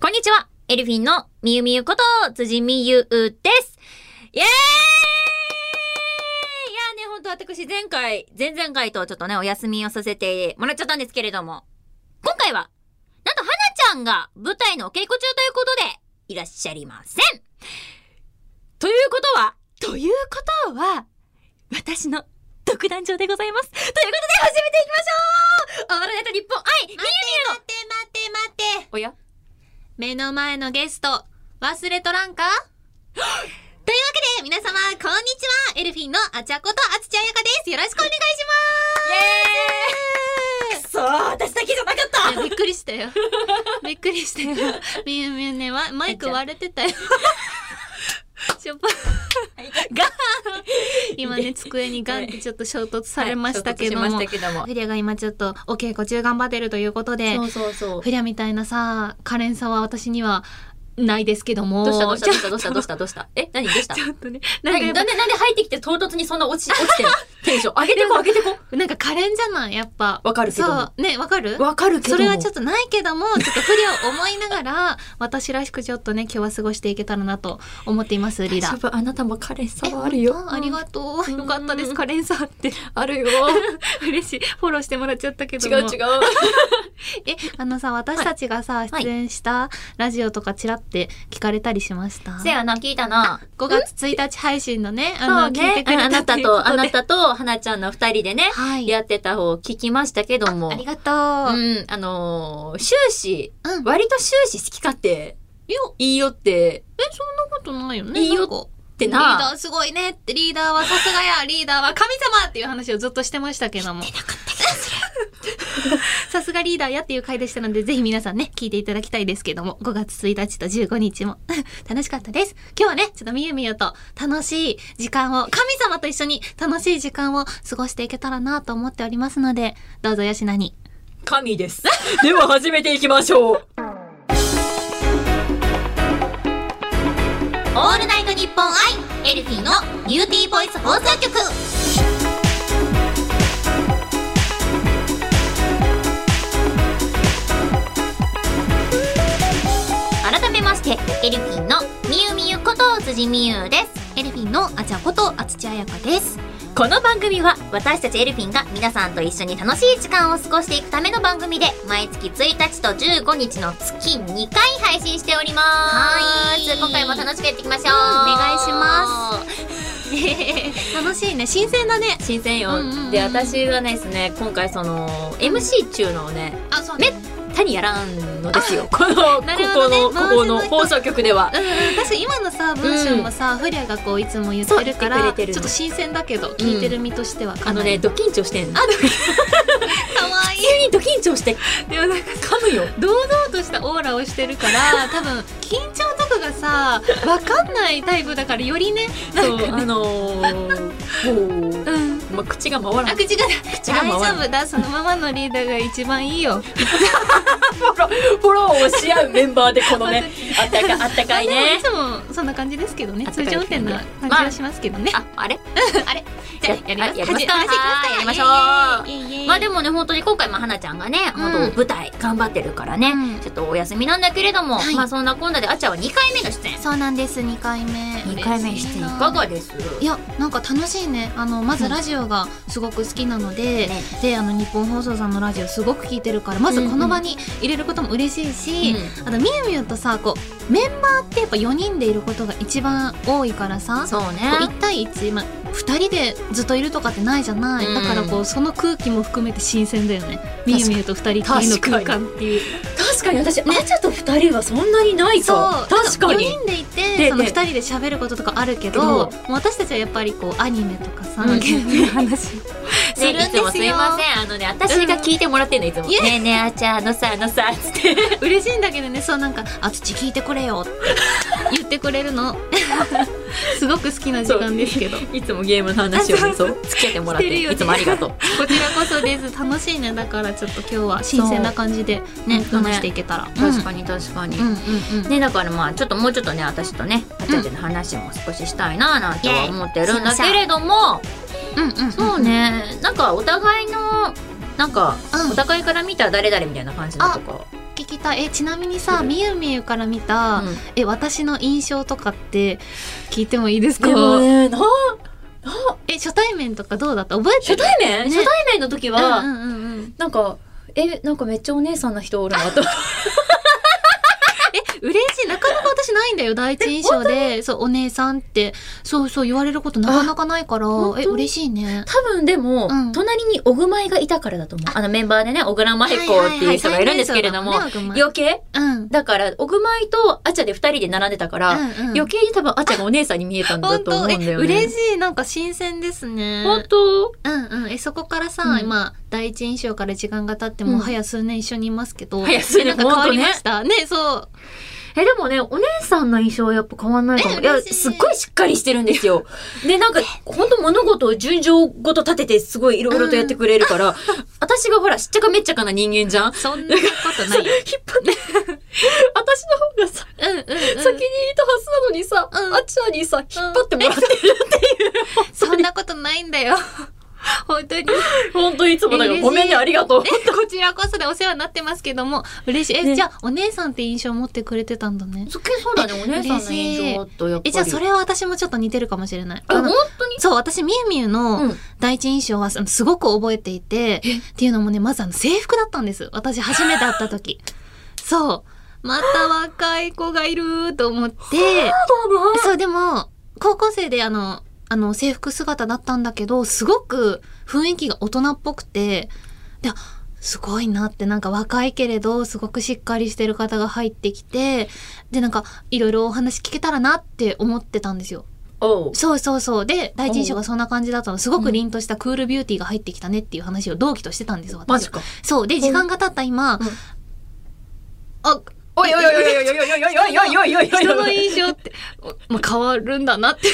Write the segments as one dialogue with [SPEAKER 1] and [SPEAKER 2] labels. [SPEAKER 1] こんにちは。エルフィンのみゆみゆこと辻みゆです。イエーイいやね、ほんと私前回、前々回とちょっとね、お休みをさせてもらっちゃったんですけれども、今回は、なんと、はなちゃんが舞台のお稽古中ということで、いらっしゃりません。ということは、ということは、私の独壇場でございます。ということで、始めていきましょうオールナイト日本愛みゆみゆの
[SPEAKER 2] 待て待て待て
[SPEAKER 1] おや
[SPEAKER 2] 目の前のゲスト忘れとらんか というわけで皆様こんにちはエルフィンのあちゃことあつちゃやかですよろしくお願いし
[SPEAKER 1] イエーイくそー私だけじゃなかった
[SPEAKER 2] ますいやびっくりしたよびっくりしたよみゆみゆねわマイク割れてたよしょっぱ
[SPEAKER 1] ガン
[SPEAKER 2] 今ね机にガンってちょっと衝突されましたけど
[SPEAKER 1] はい衝
[SPEAKER 2] も
[SPEAKER 1] 突しましたけども
[SPEAKER 2] フリアが今ちょっとお稽古中頑張ってるということで
[SPEAKER 1] うそうそ
[SPEAKER 2] フリアみたいなさ可憐さは私にはないですけども
[SPEAKER 1] どうしたどうしたどうしたどうしたどうしたどうしたえ何どうした
[SPEAKER 2] ちょっとね、なんか
[SPEAKER 1] 何
[SPEAKER 2] やっ
[SPEAKER 1] な
[SPEAKER 2] ぱ
[SPEAKER 1] んでなんで入ってきて唐突にそんな落ち落ちてるテンション上げてこ上げてこ
[SPEAKER 2] なんか可憐じゃないやっぱ。
[SPEAKER 1] わかるけども
[SPEAKER 2] そう。ね、わかる
[SPEAKER 1] わかるけど
[SPEAKER 2] それはちょ
[SPEAKER 1] っ
[SPEAKER 2] っとないけども、ちょっと不良を思いなが ら、私らしくちょっとね、今日は過ごしていけたらなと思っています、リラ。
[SPEAKER 1] 夫あなたも彼氏さはあるよ
[SPEAKER 2] あありがと
[SPEAKER 1] う
[SPEAKER 2] う。
[SPEAKER 1] ん
[SPEAKER 2] よかったです、可憐さんって。
[SPEAKER 1] あるよ
[SPEAKER 2] 嬉しい。フォローしてもらっちゃったけ
[SPEAKER 1] 違
[SPEAKER 2] ども。
[SPEAKER 1] う違う
[SPEAKER 2] え、あのさ、私たちがさ、
[SPEAKER 1] いはい
[SPEAKER 2] 出演したラジオとかチラって聞かれたりしました。
[SPEAKER 1] せやな聞いたな
[SPEAKER 2] 5月1日配信のね、あ
[SPEAKER 1] そ
[SPEAKER 2] の、
[SPEAKER 1] う
[SPEAKER 2] 聞い
[SPEAKER 1] ね
[SPEAKER 2] てくれ
[SPEAKER 1] あ
[SPEAKER 2] た
[SPEAKER 1] あなた
[SPEAKER 2] いうことで
[SPEAKER 1] あな。たと花ちゃんの二人でね
[SPEAKER 2] はい。
[SPEAKER 1] やってた方を聞きましたけども
[SPEAKER 2] ありがとう。
[SPEAKER 1] うんあのー終始
[SPEAKER 2] うん。
[SPEAKER 1] 割と終始好き勝手いいよって
[SPEAKER 2] え、そんなことないよね。
[SPEAKER 1] いいよ
[SPEAKER 2] なんか
[SPEAKER 1] ってな
[SPEAKER 2] リーダーすごいねって、リーダーはさすがや、リーダーは神様っていう話をずっとしてましたけども。さすがリーダーやっていう回でしたので、ぜひ皆さんね、聞いていただきたいですけども、5月1日と15日も 楽しかったです。今日はね、ちょっとみゆみゆと楽しい時間を、神様と一緒に楽しい時間を過ごしていけたらなと思っておりますので、どうぞよしなに。
[SPEAKER 1] 神です。では始めていきましょう。
[SPEAKER 2] オールナイトニッポン愛エルフィーのビューティーボイス放送局
[SPEAKER 1] 改めまして、エルフィンのみゆみゆこと辻みゆです。
[SPEAKER 2] エルフィーのあちゃことあつちあやかです
[SPEAKER 1] この番組は私たちエルフィンが皆さんと一緒に楽しい時間を過ごしていくための番組で、毎月1日と15日の月2回配信しております。
[SPEAKER 2] はーい
[SPEAKER 1] 今回も楽しくやっていきましょう。お。
[SPEAKER 2] 願いします楽しいね新鮮だね
[SPEAKER 1] 新鮮よ。
[SPEAKER 2] うんうんうん
[SPEAKER 1] で、私がねですね、今回その、MC 中のをね、
[SPEAKER 2] あそう
[SPEAKER 1] め
[SPEAKER 2] ね
[SPEAKER 1] 他にやらんのですよ。この、
[SPEAKER 2] なるほどね
[SPEAKER 1] ここの、ここの
[SPEAKER 2] 回せないと
[SPEAKER 1] 放送局では。
[SPEAKER 2] うんうん、確かに今のさ文章もさ、フリアがこういつも言ってるから
[SPEAKER 1] そう言ってくれてるの
[SPEAKER 2] ちょっと新鮮だけど聞いてる身としては
[SPEAKER 1] あ
[SPEAKER 2] か
[SPEAKER 1] の
[SPEAKER 2] なり
[SPEAKER 1] ね、ド緊張してんの。
[SPEAKER 2] 可愛い
[SPEAKER 1] 急にド緊張して
[SPEAKER 2] でもなんか
[SPEAKER 1] 噛むよ。
[SPEAKER 2] 堂々としたオーラをしてるから多分緊張とかがさわかんないタイプだからよりねなん
[SPEAKER 1] そう、
[SPEAKER 2] か
[SPEAKER 1] あ
[SPEAKER 2] ね
[SPEAKER 1] のー、もう、
[SPEAKER 2] うん
[SPEAKER 1] まあ、口が回らな
[SPEAKER 2] あ
[SPEAKER 1] い。
[SPEAKER 2] 口が
[SPEAKER 1] 口が回ら
[SPEAKER 2] 大
[SPEAKER 1] な
[SPEAKER 2] 丈夫だそのままのリーダーが一番いいよ
[SPEAKER 1] フォローをし合うメンバーで、この ね、あったか、あったかい
[SPEAKER 2] あ
[SPEAKER 1] ね。
[SPEAKER 2] でもいつもそんな感じですけどね
[SPEAKER 1] あった
[SPEAKER 2] 通
[SPEAKER 1] かい
[SPEAKER 2] 常点な感じはしますけどね、
[SPEAKER 1] あ、あれあれ
[SPEAKER 2] じゃあやります
[SPEAKER 1] やりますか
[SPEAKER 2] は
[SPEAKER 1] はいい
[SPEAKER 2] や
[SPEAKER 1] やり
[SPEAKER 2] りま
[SPEAKER 1] ま
[SPEAKER 2] し
[SPEAKER 1] し
[SPEAKER 2] ょ
[SPEAKER 1] ょ
[SPEAKER 2] う
[SPEAKER 1] う
[SPEAKER 2] ま
[SPEAKER 1] ま
[SPEAKER 2] あ
[SPEAKER 1] あ
[SPEAKER 2] で
[SPEAKER 1] で
[SPEAKER 2] も
[SPEAKER 1] もね、本当に今回も花ちゃんがね、
[SPEAKER 2] うん
[SPEAKER 1] 本当舞台頑張ってるからね、
[SPEAKER 2] うん
[SPEAKER 1] ちょっとお休みなんだけれども、
[SPEAKER 2] はい
[SPEAKER 1] まあそんなこんなで、あっちゃんは2回目の出演。
[SPEAKER 2] そうなんです2回目
[SPEAKER 1] 2回目出演い
[SPEAKER 2] 嬉しいな
[SPEAKER 1] かがです
[SPEAKER 2] いやなんか楽しいねあのまずラジオがすごく好きなので、
[SPEAKER 1] ね
[SPEAKER 2] であの日本放送さんのラジオすごく聞いてるからまずこの場に入れることも嬉しいし、あとみゆみゆとさこうメンバーってやっぱ4人でいることが一番多いからさ
[SPEAKER 1] そうね。
[SPEAKER 2] こう1対1、まあ、2人でずっといるとかってないじゃない、
[SPEAKER 1] うん
[SPEAKER 2] だからこうその空気も含めて新鮮だよねみゆみゆと2人きりの空間っていう
[SPEAKER 1] 確かに私、あっちゃんと2人はそんなにない
[SPEAKER 2] そう
[SPEAKER 1] 確かに。
[SPEAKER 2] 4人でいて
[SPEAKER 1] で
[SPEAKER 2] その2
[SPEAKER 1] で
[SPEAKER 2] 人で喋ることとかあるけど
[SPEAKER 1] けど
[SPEAKER 2] もう私たちはやっぱりこうアニメとかさ、
[SPEAKER 1] うん
[SPEAKER 2] ゲームの話をするん
[SPEAKER 1] ね、い
[SPEAKER 2] です
[SPEAKER 1] つ
[SPEAKER 2] よ
[SPEAKER 1] もすいません。あのね、私が聞いてもらってんの、いつも。
[SPEAKER 2] いえ
[SPEAKER 1] ねえねえ、あちゃん、あのさ、あのさ、つって。
[SPEAKER 2] 嬉しいんだけどねそうなんか「あつち聞いてくれ よ」って言ってくれるの すごく好きな時間ですけど。
[SPEAKER 1] いつもゲームの話をね、
[SPEAKER 2] あそ
[SPEAKER 1] そうう、付き合ってもらって、
[SPEAKER 2] してるよ ね
[SPEAKER 1] いつもありがとう。
[SPEAKER 2] こちらこそです楽しいねだからちょっと今日は新鮮な感じでね
[SPEAKER 1] そう
[SPEAKER 2] 話していけたら
[SPEAKER 1] 確かに、確かに
[SPEAKER 2] うん。うんうんうん
[SPEAKER 1] ね、だからまあ、ちょっともうちょっとね、私とね、あちゃんちの話も少ししたいなぁなんては思ってるんだけれども、
[SPEAKER 2] うんうんうん
[SPEAKER 1] そうね、なんかお互いの、なんか
[SPEAKER 2] うん、
[SPEAKER 1] お互いから見たら誰々みたいな感じのとか、
[SPEAKER 2] 聞きたいえちなみにさみゆみゆから見た、
[SPEAKER 3] うん
[SPEAKER 2] え私の印象とかって聞いてもいいですか
[SPEAKER 3] でもね、な、
[SPEAKER 2] え初対面とかどうだった覚えてる
[SPEAKER 3] 初対面、
[SPEAKER 2] ね
[SPEAKER 3] 初対面の時は、
[SPEAKER 2] うんうんうんうん、
[SPEAKER 3] なんか、え、なんかめっちゃお姉さんな人お るなと。
[SPEAKER 2] え嬉しいなかなか私ないんだよ第一印象でそうお姉さんってそうそう言われることなかなかないから
[SPEAKER 3] 本当
[SPEAKER 2] え嬉しいね
[SPEAKER 3] 多分でも、
[SPEAKER 2] うん
[SPEAKER 3] 隣に小熊井がいたからだと思う。あのメンバーでね、小倉舞子っていう人がいるんですけれども、
[SPEAKER 2] はいはいはい
[SPEAKER 3] 余計
[SPEAKER 2] うん
[SPEAKER 3] だから、小熊井とあちゃで二人で並んでたから、
[SPEAKER 2] うんうん
[SPEAKER 3] 余計に多分あちゃがお姉さんに見えたんだ
[SPEAKER 2] 本
[SPEAKER 3] と思うん
[SPEAKER 2] 当
[SPEAKER 3] だ
[SPEAKER 2] え
[SPEAKER 3] よね。
[SPEAKER 2] 嬉
[SPEAKER 3] し
[SPEAKER 2] しいなんか新鮮ですね
[SPEAKER 3] 本当
[SPEAKER 2] うんうんえそこからさ、
[SPEAKER 3] うん
[SPEAKER 2] 今第一印象から時間が経って
[SPEAKER 3] う
[SPEAKER 2] も
[SPEAKER 3] ん
[SPEAKER 2] う早数年一緒にいますけど、
[SPEAKER 3] 早数年
[SPEAKER 2] えなんか変わりましたねそう
[SPEAKER 3] え、でもね、お姉さんの印象はやっぱ変わんないかも。
[SPEAKER 2] え
[SPEAKER 3] いや、
[SPEAKER 2] 嬉しい
[SPEAKER 3] すっごいしっかりしてるんですよ。で、なんか、ほんと物事を順序ごと立てて、すごいいろいろとやってくれるから、私がほら、しっちゃかめっちゃかな人間じゃん。
[SPEAKER 2] そんなことないよ
[SPEAKER 3] 引っ張って。私の方がさ、
[SPEAKER 2] うんうん、うん、
[SPEAKER 3] 先にいたはずなのにさ、
[SPEAKER 2] うん
[SPEAKER 3] あっちゃんにさ、引っ張ってもらってるっていう。
[SPEAKER 2] そんなことないんだよ本当に
[SPEAKER 3] 本当いつもだか
[SPEAKER 2] 嬉
[SPEAKER 3] ら、
[SPEAKER 2] しい
[SPEAKER 3] ごめんね、ありがとう。
[SPEAKER 2] え こちらこそでお世話になってますけども嬉しいえ、
[SPEAKER 3] ね
[SPEAKER 2] じゃあお姉さんって印象を持ってくれてたんだね
[SPEAKER 3] そそうだね、お姉さんの印象と、やっぱり。
[SPEAKER 2] えじゃあそれは私もちょっと似てるかもしれない
[SPEAKER 3] あ、
[SPEAKER 2] あ
[SPEAKER 3] 本
[SPEAKER 2] の
[SPEAKER 3] 当に
[SPEAKER 2] そう私みゆみゆ
[SPEAKER 3] う
[SPEAKER 2] の
[SPEAKER 3] ん
[SPEAKER 2] 第一印象はあのすごく覚えていて、っていうのもねまずあの制服だったんです私初めて会った 時そうまた若い子がいると思って そうでも高校生であのあの制服姿だったんだけどすごく雰囲気が大人っぽくてですごいなってなんか若いけれどすごくしっかりしてる方が入ってきてでなんかいろいろお話聞けたらなって思ってたんですよ。
[SPEAKER 3] おう
[SPEAKER 2] そうそうそうで第一印象
[SPEAKER 3] おう
[SPEAKER 2] がそんな感じだったのすごく凛としたクールビューティーが入ってきたねっていう話を同期としてたんですよ私
[SPEAKER 3] マジか。
[SPEAKER 2] そうで時間が経った今、
[SPEAKER 3] ん
[SPEAKER 2] あ
[SPEAKER 3] おいおいおいおいおいおいおいおいおいおいおいおいおい
[SPEAKER 2] 人
[SPEAKER 3] お
[SPEAKER 2] の
[SPEAKER 3] い。
[SPEAKER 2] 印象って、おまあ、変わるんだなって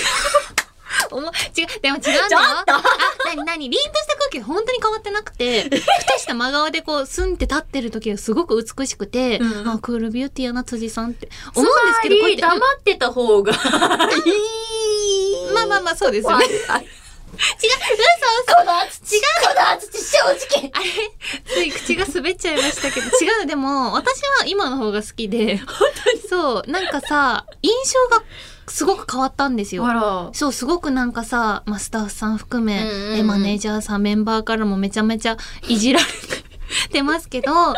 [SPEAKER 2] 思う。違う、でも違うんだよ。
[SPEAKER 3] ちょっと
[SPEAKER 2] あ、なになに、凛とした空気が本当に変わってなく て、ふとした真顔でこう、すんって立ってる時がすごく美しくて、
[SPEAKER 3] うん
[SPEAKER 2] あ、クールビューティーやな、辻さんって思
[SPEAKER 3] 思
[SPEAKER 2] う
[SPEAKER 3] うんん
[SPEAKER 2] で
[SPEAKER 3] ですす
[SPEAKER 2] け
[SPEAKER 3] け
[SPEAKER 2] ど、
[SPEAKER 3] ど、
[SPEAKER 2] こうやって
[SPEAKER 3] 黙ってた方がいい。
[SPEAKER 2] まあまあまあ、そうですよね。違う、
[SPEAKER 3] あ
[SPEAKER 2] 嘘嘘。
[SPEAKER 3] この厚地、この厚地正直。
[SPEAKER 2] あれつい口が滑っちゃいましたけど。 違う、でも、私は今の方が好きで。本当にそう、なんかさ、印象がすごく変わったんですよ。
[SPEAKER 3] ら。
[SPEAKER 2] そうすごくなんかさ、まあ、スタッフさん含め、
[SPEAKER 3] うんうんうん
[SPEAKER 2] えマネージャーさんメンバーからもめちゃめちゃいじられて ますけど な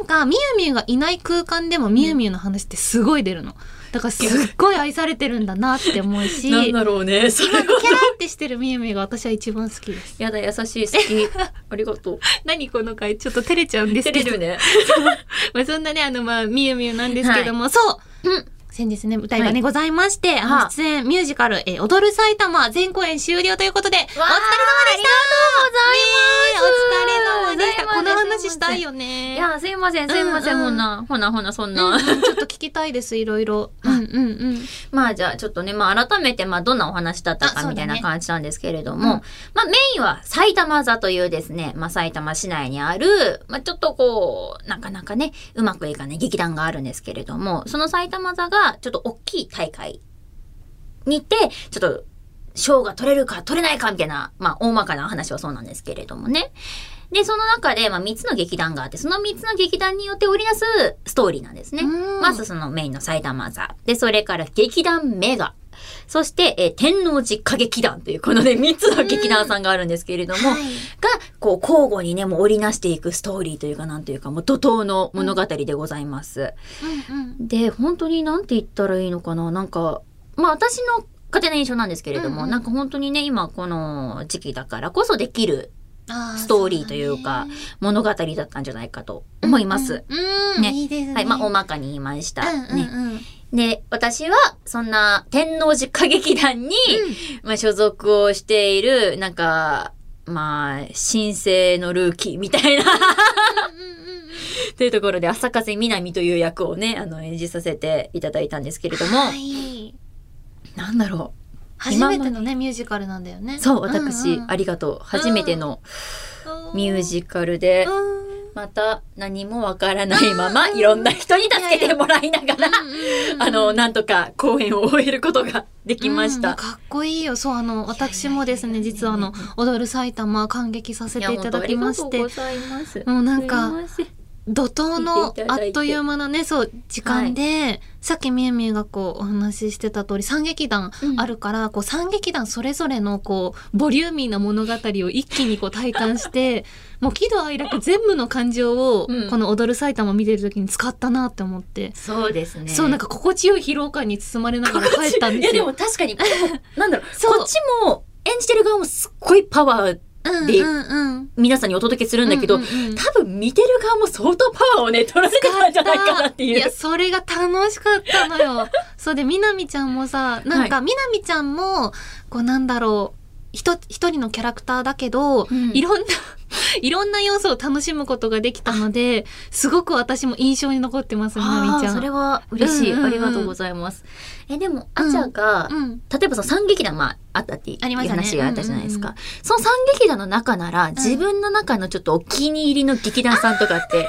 [SPEAKER 2] んかみゆみゆがいない空間でもみゆみゆの話ってすごい出るのだからすっごい愛されてるんだ なって思うしキ
[SPEAKER 3] なん
[SPEAKER 2] ャラ
[SPEAKER 3] だろうね、それは。
[SPEAKER 2] ってしてるみゆみゆが私は一番好きです
[SPEAKER 3] やだ、優しい、好き。 ありがとう。
[SPEAKER 2] 何この回ちょっと照れちゃうんです
[SPEAKER 3] 照
[SPEAKER 2] け
[SPEAKER 3] れ
[SPEAKER 2] ど
[SPEAKER 3] るね。
[SPEAKER 2] まあそんなねあのまあみゆみゆなんですけども、そう
[SPEAKER 3] うん。
[SPEAKER 2] 先日ね、歌いがね、
[SPEAKER 3] はい
[SPEAKER 2] ございまして、あの
[SPEAKER 3] はあ
[SPEAKER 2] 出演ミュージカル、えー踊る埼玉全公演終了ということで、お疲れ様でした
[SPEAKER 3] ありがとうございます
[SPEAKER 2] ねえお疲れ様でした。
[SPEAKER 3] お疲
[SPEAKER 2] こ
[SPEAKER 3] れ
[SPEAKER 2] の
[SPEAKER 3] 様で
[SPEAKER 2] 話
[SPEAKER 3] す
[SPEAKER 2] したいよね。
[SPEAKER 3] いや、すいません、すいません、
[SPEAKER 2] うんうん
[SPEAKER 3] ほんな、ほな、ほな、そん
[SPEAKER 2] うん、
[SPEAKER 3] な。
[SPEAKER 2] ちょっと聞きたいです、いろいろ。うんうんうん。
[SPEAKER 3] まあじゃあちょっとね、まあ改めて、まあどんなお話だっ
[SPEAKER 2] あ
[SPEAKER 3] たか
[SPEAKER 2] そうだね
[SPEAKER 3] みたいな感じなんですけれども、
[SPEAKER 2] うん
[SPEAKER 3] まあメインは埼玉座というですね、まあ埼玉市内にある、まあちょっとこう、なかなかね、うまくいかない劇団があるんですけれども、その埼玉座がちょっと大きい大会にて、ちょっと賞が取れるか取れないかみたいな、まあ大まかな話はそうなんですけれどもね。で、その中で、まあ、3つの劇団があって、その3つの劇団によって織りなすストーリーなんですね。
[SPEAKER 2] うん
[SPEAKER 3] まずそのメインの埼玉座。で、それから劇団メガ。そして、えー天王寺歌劇団という、このね、3つの劇団さんがあるんですけれども、
[SPEAKER 2] はい
[SPEAKER 3] が、こう、交互にね、もう織りなしていくストーリーというか、なんというか、もう怒涛の物語でございます。
[SPEAKER 2] うんうん。
[SPEAKER 3] で、本当になんて言ったらいいのかななんか、まあ、私の勝手な印象なんですけれども、
[SPEAKER 2] うんうん
[SPEAKER 3] なんか本当にね、今この時期だからこそできる
[SPEAKER 2] あ
[SPEAKER 3] ストーリーというか物語だったんじゃないかと思います。。
[SPEAKER 2] そうだねうん、
[SPEAKER 3] ね
[SPEAKER 2] いいですね。
[SPEAKER 3] はい、まあ、大まかに言いました。
[SPEAKER 2] うんうん
[SPEAKER 3] ね。
[SPEAKER 2] うん。
[SPEAKER 3] で、私は、そんな、天王寺歌劇団に、まあ、所属をしている、なんか、まあ、新生のルーキーみたい な、というところで、朝風みなみという役をね、あの、演じさせていただいたんですけれども、
[SPEAKER 2] はい。
[SPEAKER 3] なんだろ
[SPEAKER 2] 初めてのね、ミュージカルなんだよね。
[SPEAKER 3] う。そう、私、
[SPEAKER 2] うんうん
[SPEAKER 3] ありがとう。初めてのミュージカル
[SPEAKER 2] カ
[SPEAKER 3] で、
[SPEAKER 2] うん
[SPEAKER 3] また何もわからないまま、いろんな人に助けてもらいながら、 あの、なんとか公演を終えることができまし
[SPEAKER 2] うん
[SPEAKER 3] た。
[SPEAKER 2] かっこいいよ。そう、あの、私もですね、実はあの、踊る埼玉感激させていただきまして。
[SPEAKER 3] いや本当ありがとうございます。
[SPEAKER 2] もうなんか
[SPEAKER 3] すいません
[SPEAKER 2] 怒涛の
[SPEAKER 3] 見ていた
[SPEAKER 2] あ
[SPEAKER 3] だいて
[SPEAKER 2] っという間のね、そう、時間で、さっきみゆみゆがこうお話ししてた通り、三劇団
[SPEAKER 3] うん
[SPEAKER 2] あるから、こう三劇団それぞれのこう、ボリューミーな物語を一気にこう体感して、 もう喜怒哀楽全部の感情を、
[SPEAKER 3] うん
[SPEAKER 2] この踊る埼玉見てる時に使ったなって思って、
[SPEAKER 3] そうですね
[SPEAKER 2] そう、なんか心地よい疲労感に包まれながら帰ったん
[SPEAKER 3] い
[SPEAKER 2] で
[SPEAKER 3] や
[SPEAKER 2] す
[SPEAKER 3] で
[SPEAKER 2] よ。
[SPEAKER 3] も確かに、こうなんだろう、
[SPEAKER 2] そう
[SPEAKER 3] こっちも演じてる側もすっごいパワー
[SPEAKER 2] うん
[SPEAKER 3] で
[SPEAKER 2] うんうん。
[SPEAKER 3] 皆さんにお届けするんだけど、
[SPEAKER 2] うんうんうん
[SPEAKER 3] 多分見てる側も相当パワーをね、取らせてたんじゃないかなっていう。
[SPEAKER 2] や、それが楽しかったのよ。そうで、みなみちゃんもさ、なんか、みなみちゃんも、こう、なんだろう、ひと一人のキャラクターだけど、
[SPEAKER 3] うん
[SPEAKER 2] いろんな、 いろんな要素を楽しむことができたので、すごく私も印象に残ってます、みなみち
[SPEAKER 3] あ
[SPEAKER 2] ゃ
[SPEAKER 3] ー
[SPEAKER 2] ん。
[SPEAKER 3] それは嬉しい、
[SPEAKER 2] うんうんうん
[SPEAKER 3] ありがとうございます。え、でも、あちゃが、
[SPEAKER 2] うん。
[SPEAKER 3] 例えばその三劇団まああったっていう
[SPEAKER 2] ありましたね
[SPEAKER 3] 話があったじゃないですか、
[SPEAKER 2] うん
[SPEAKER 3] その三劇団の中なら、自分の中のちょっとお気に入りの劇団さんとかって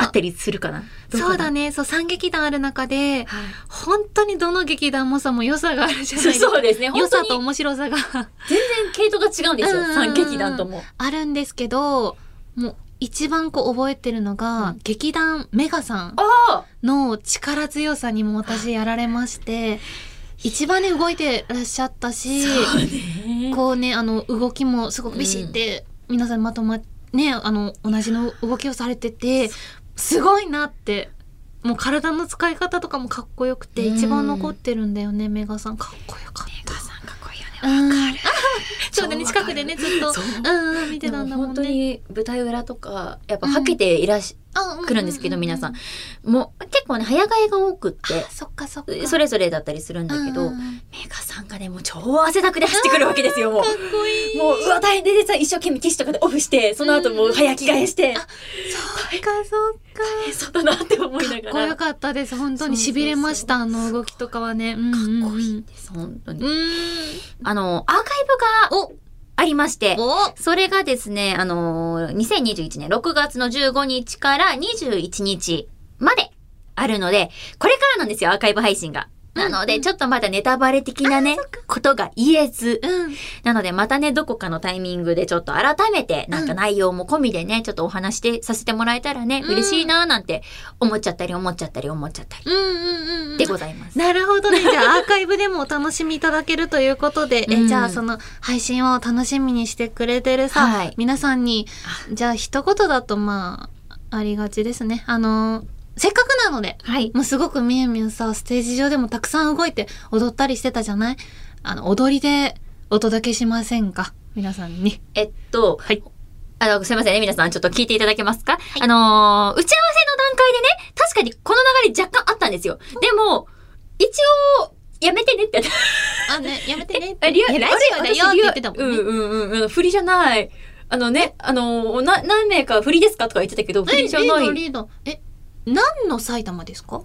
[SPEAKER 3] あったりするかなどかな
[SPEAKER 2] そうだね。そう、三劇団ある中で、
[SPEAKER 3] はい
[SPEAKER 2] 本当にどの劇団もさ、もう良さがあるじゃない
[SPEAKER 3] そ
[SPEAKER 2] で
[SPEAKER 3] う
[SPEAKER 2] すか。
[SPEAKER 3] そうですね
[SPEAKER 2] 良
[SPEAKER 3] 本当
[SPEAKER 2] さ
[SPEAKER 3] に
[SPEAKER 2] と面白さが
[SPEAKER 3] 全然系統が違うんですよ、
[SPEAKER 2] うんうんうん
[SPEAKER 3] 三劇団とも
[SPEAKER 2] あるんですけど、もう一番こう覚えてるのが、
[SPEAKER 3] うん
[SPEAKER 2] 劇団メガさん。
[SPEAKER 3] あ
[SPEAKER 2] の力強さにも私やられまして、一番ね、動いてらっしゃったし、
[SPEAKER 3] そうね
[SPEAKER 2] こうね、あの、動きもすごくビシって、皆さんまとまっ、ね、あの、同じの動きをされてて、すごいなって。もう体の使い方とかもかっこよくて、
[SPEAKER 3] うん
[SPEAKER 2] 一番残ってるんだよね、メガさん。かっこよかっ
[SPEAKER 3] お母さんかっこいいよね
[SPEAKER 2] た。うん。 そ
[SPEAKER 3] 超
[SPEAKER 2] うだ
[SPEAKER 3] わか
[SPEAKER 2] ね、
[SPEAKER 3] る
[SPEAKER 2] 近くでね、ずっと、
[SPEAKER 3] そう
[SPEAKER 2] うんうん、見て
[SPEAKER 3] で
[SPEAKER 2] た
[SPEAKER 3] も
[SPEAKER 2] んだもん
[SPEAKER 3] 本
[SPEAKER 2] ね。
[SPEAKER 3] 当に舞台裏とかやっぱはけていらっし
[SPEAKER 2] あ、
[SPEAKER 3] 来るんですけど、皆さん
[SPEAKER 2] あ
[SPEAKER 3] もう結構ね早替えが多くって
[SPEAKER 2] そっかそっか。
[SPEAKER 3] それぞれだったりするんだけど、
[SPEAKER 2] うんうん
[SPEAKER 3] メガさんがねもう超汗だくで走ってくるわけですよもう
[SPEAKER 2] かっこいい。
[SPEAKER 3] もううわ大変でさ一生懸命ティッシュとかでオフしてその後もう早着替えして、
[SPEAKER 2] そっかそっか。
[SPEAKER 3] えそうだなって 思いな
[SPEAKER 2] か
[SPEAKER 3] が
[SPEAKER 2] っこ
[SPEAKER 3] ら
[SPEAKER 2] よかったです。本当に
[SPEAKER 3] そうそう
[SPEAKER 2] 痺
[SPEAKER 3] そう
[SPEAKER 2] れました。あの動きとかはね。か
[SPEAKER 3] かっこいい
[SPEAKER 2] うんん
[SPEAKER 3] です本当
[SPEAKER 2] うん。
[SPEAKER 3] にあのアーカイブが
[SPEAKER 2] お
[SPEAKER 3] ありまして
[SPEAKER 2] お
[SPEAKER 3] それがですね、あのー2021年6月の15日から21日まであるので、これからなんですよ、アーカイブ配信が。なの
[SPEAKER 2] うん
[SPEAKER 3] で、
[SPEAKER 2] うん
[SPEAKER 3] ちょっとまだネタバレ的なね、ことが言えず、
[SPEAKER 2] うん。
[SPEAKER 3] なので、またね、どこかのタイミングでちょっと改めて、なんか内容も込みでね、ちょっとお話してさせてもらえたらね、
[SPEAKER 2] うん
[SPEAKER 3] 嬉しいなーなんて思っちゃったり、思っちゃったり、思っちゃったり。
[SPEAKER 2] うんうんうんうん
[SPEAKER 3] で。ございます。
[SPEAKER 2] なるほど ね。じゃあ、アーカイブでもお楽しみいただけるということで、
[SPEAKER 3] うん
[SPEAKER 2] え、じゃあ、その、配信を楽しみにしてくれてるさ、
[SPEAKER 3] はい
[SPEAKER 2] 皆さんに、じゃあ、一言だと、まあ、ありがちですね。あの、せっかくなので、
[SPEAKER 3] はい。
[SPEAKER 2] もうすごくみゆみゆさ、ステージ上でもたくさん動いて踊ったりしてたじゃないあの、踊りでお届けしませんか皆さんに。
[SPEAKER 3] えっと、
[SPEAKER 2] はい
[SPEAKER 3] あの、すいませんね、皆さん、ちょっと聞いていただけますか、あのー打ち合わせの段階でね、確かにこの流れ若干あったんですよ。でも、一応、やめてねって。
[SPEAKER 2] あ、ね、やめてね
[SPEAKER 3] あ
[SPEAKER 2] え、
[SPEAKER 3] リュウ
[SPEAKER 2] ラジオだよって言ってたもん
[SPEAKER 3] う
[SPEAKER 2] ね。
[SPEAKER 3] んうんうんうん、振りじゃない。あのね、あのーな、何名か振りですかとか言ってたけど、振
[SPEAKER 2] え、リ
[SPEAKER 3] り
[SPEAKER 2] ー
[SPEAKER 3] じゃ
[SPEAKER 2] ド、
[SPEAKER 3] ない。
[SPEAKER 2] リード。え、何の埼玉ですか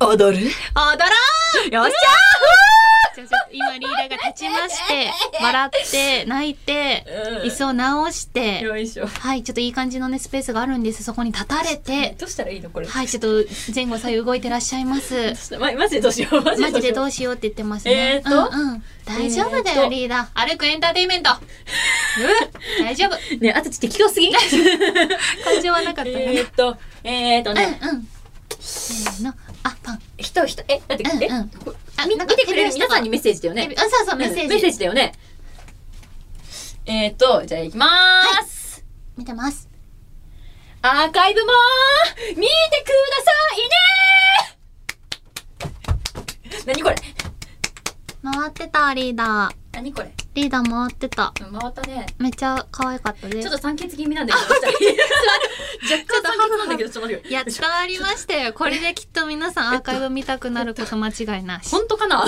[SPEAKER 3] 踊るよっし
[SPEAKER 2] あ、だら
[SPEAKER 3] ゃー
[SPEAKER 2] ー今リーダーが立ちまして、笑って、泣いて、椅子を直して、
[SPEAKER 3] よいしょ。
[SPEAKER 2] はい、ちょっといい感じのね、スペースがあるんです。そこに立たれて、
[SPEAKER 3] どうしたらいいのこれ。
[SPEAKER 2] はい、ちょっと前後左右動いてらっしゃいます
[SPEAKER 3] どう。したま、マジでどうしよう。マ
[SPEAKER 2] マジでど
[SPEAKER 3] うしよ
[SPEAKER 2] うしようって言ってます
[SPEAKER 3] え
[SPEAKER 2] ね。
[SPEAKER 3] ーと
[SPEAKER 2] うんうん、大丈夫だ
[SPEAKER 3] えー
[SPEAKER 2] よ、
[SPEAKER 3] と
[SPEAKER 2] リーダー。歩くエンターテインメント。うん大丈夫。
[SPEAKER 3] う。ね、あとちょっと適当すぎん
[SPEAKER 2] 感情はなかったか
[SPEAKER 3] えーっと、えーっとね、
[SPEAKER 2] な。うんうん。せーの、あ、パン。
[SPEAKER 3] 人人、え、だって、
[SPEAKER 2] うん
[SPEAKER 3] え
[SPEAKER 2] うん
[SPEAKER 3] こ
[SPEAKER 2] あ
[SPEAKER 3] み
[SPEAKER 2] なん
[SPEAKER 3] 見
[SPEAKER 2] か
[SPEAKER 3] てくれる
[SPEAKER 2] テレビの人
[SPEAKER 3] 皆さんにメッセージだよね。
[SPEAKER 2] あ、そうそう、メッセージ。
[SPEAKER 3] メッセージだよね。えー、っと、じゃあ行きまーす。
[SPEAKER 2] 見てます。
[SPEAKER 3] アーカイブも見てくださいね何これ
[SPEAKER 2] 回ってた、リーダー。
[SPEAKER 3] 何これ
[SPEAKER 2] リーダー回ってた。
[SPEAKER 3] 回ったね。
[SPEAKER 2] めっちゃ可愛かったで
[SPEAKER 3] ちょっ
[SPEAKER 2] す。
[SPEAKER 3] と酸欠気味なんだけど。どう した若干酸欠なんだけど、ちょっと待ってくれ。
[SPEAKER 2] やっ伝わりましたよ。これできっと皆さんアーカイブ見たくなること間違いなし。
[SPEAKER 3] 本当か な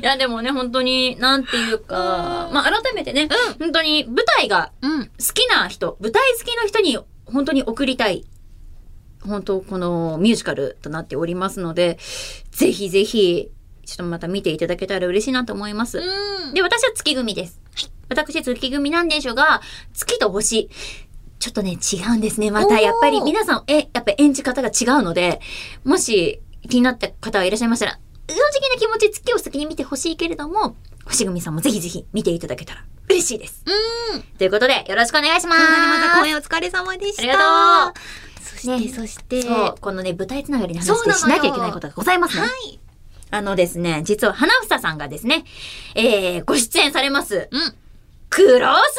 [SPEAKER 3] いや、でもね、本当に、なんていうか、まあ、改めてね、本当に舞台が
[SPEAKER 2] うん。
[SPEAKER 3] 好きな人、舞台好きの人に本当に送りたい、本当このミュージカルとなっておりますので、ぜひぜひ、ちょっとまた見ていただけたら嬉しいなと思います。
[SPEAKER 2] うん。
[SPEAKER 3] で、私は月組です。私月組なんでしょうが、月と星、ちょっとね、違うんですね。ま
[SPEAKER 2] お
[SPEAKER 3] た、
[SPEAKER 2] ー
[SPEAKER 3] やっぱり皆さん、え、やっぱり演じ方が違うので、もし気になった方がいらっしゃいましたら、正直な気持ち月を先に見てほしいけれども、
[SPEAKER 1] 星組さんもぜひぜひ見ていただけたら嬉しいです。ということで、よろしくお願いしま
[SPEAKER 2] こ
[SPEAKER 1] す。
[SPEAKER 2] んなにまた公演お疲れ様でした。
[SPEAKER 1] ありがと
[SPEAKER 2] そして、
[SPEAKER 1] ね
[SPEAKER 2] そして、
[SPEAKER 1] そう、このね、舞台つながりの話
[SPEAKER 2] そう
[SPEAKER 1] で
[SPEAKER 2] なのよ
[SPEAKER 1] しなきゃいけないことがございますね。
[SPEAKER 2] はい。
[SPEAKER 1] あのですね、実は花房さんがですね、えー、ご出演されます、
[SPEAKER 2] うん。
[SPEAKER 1] クロスフレンズでございます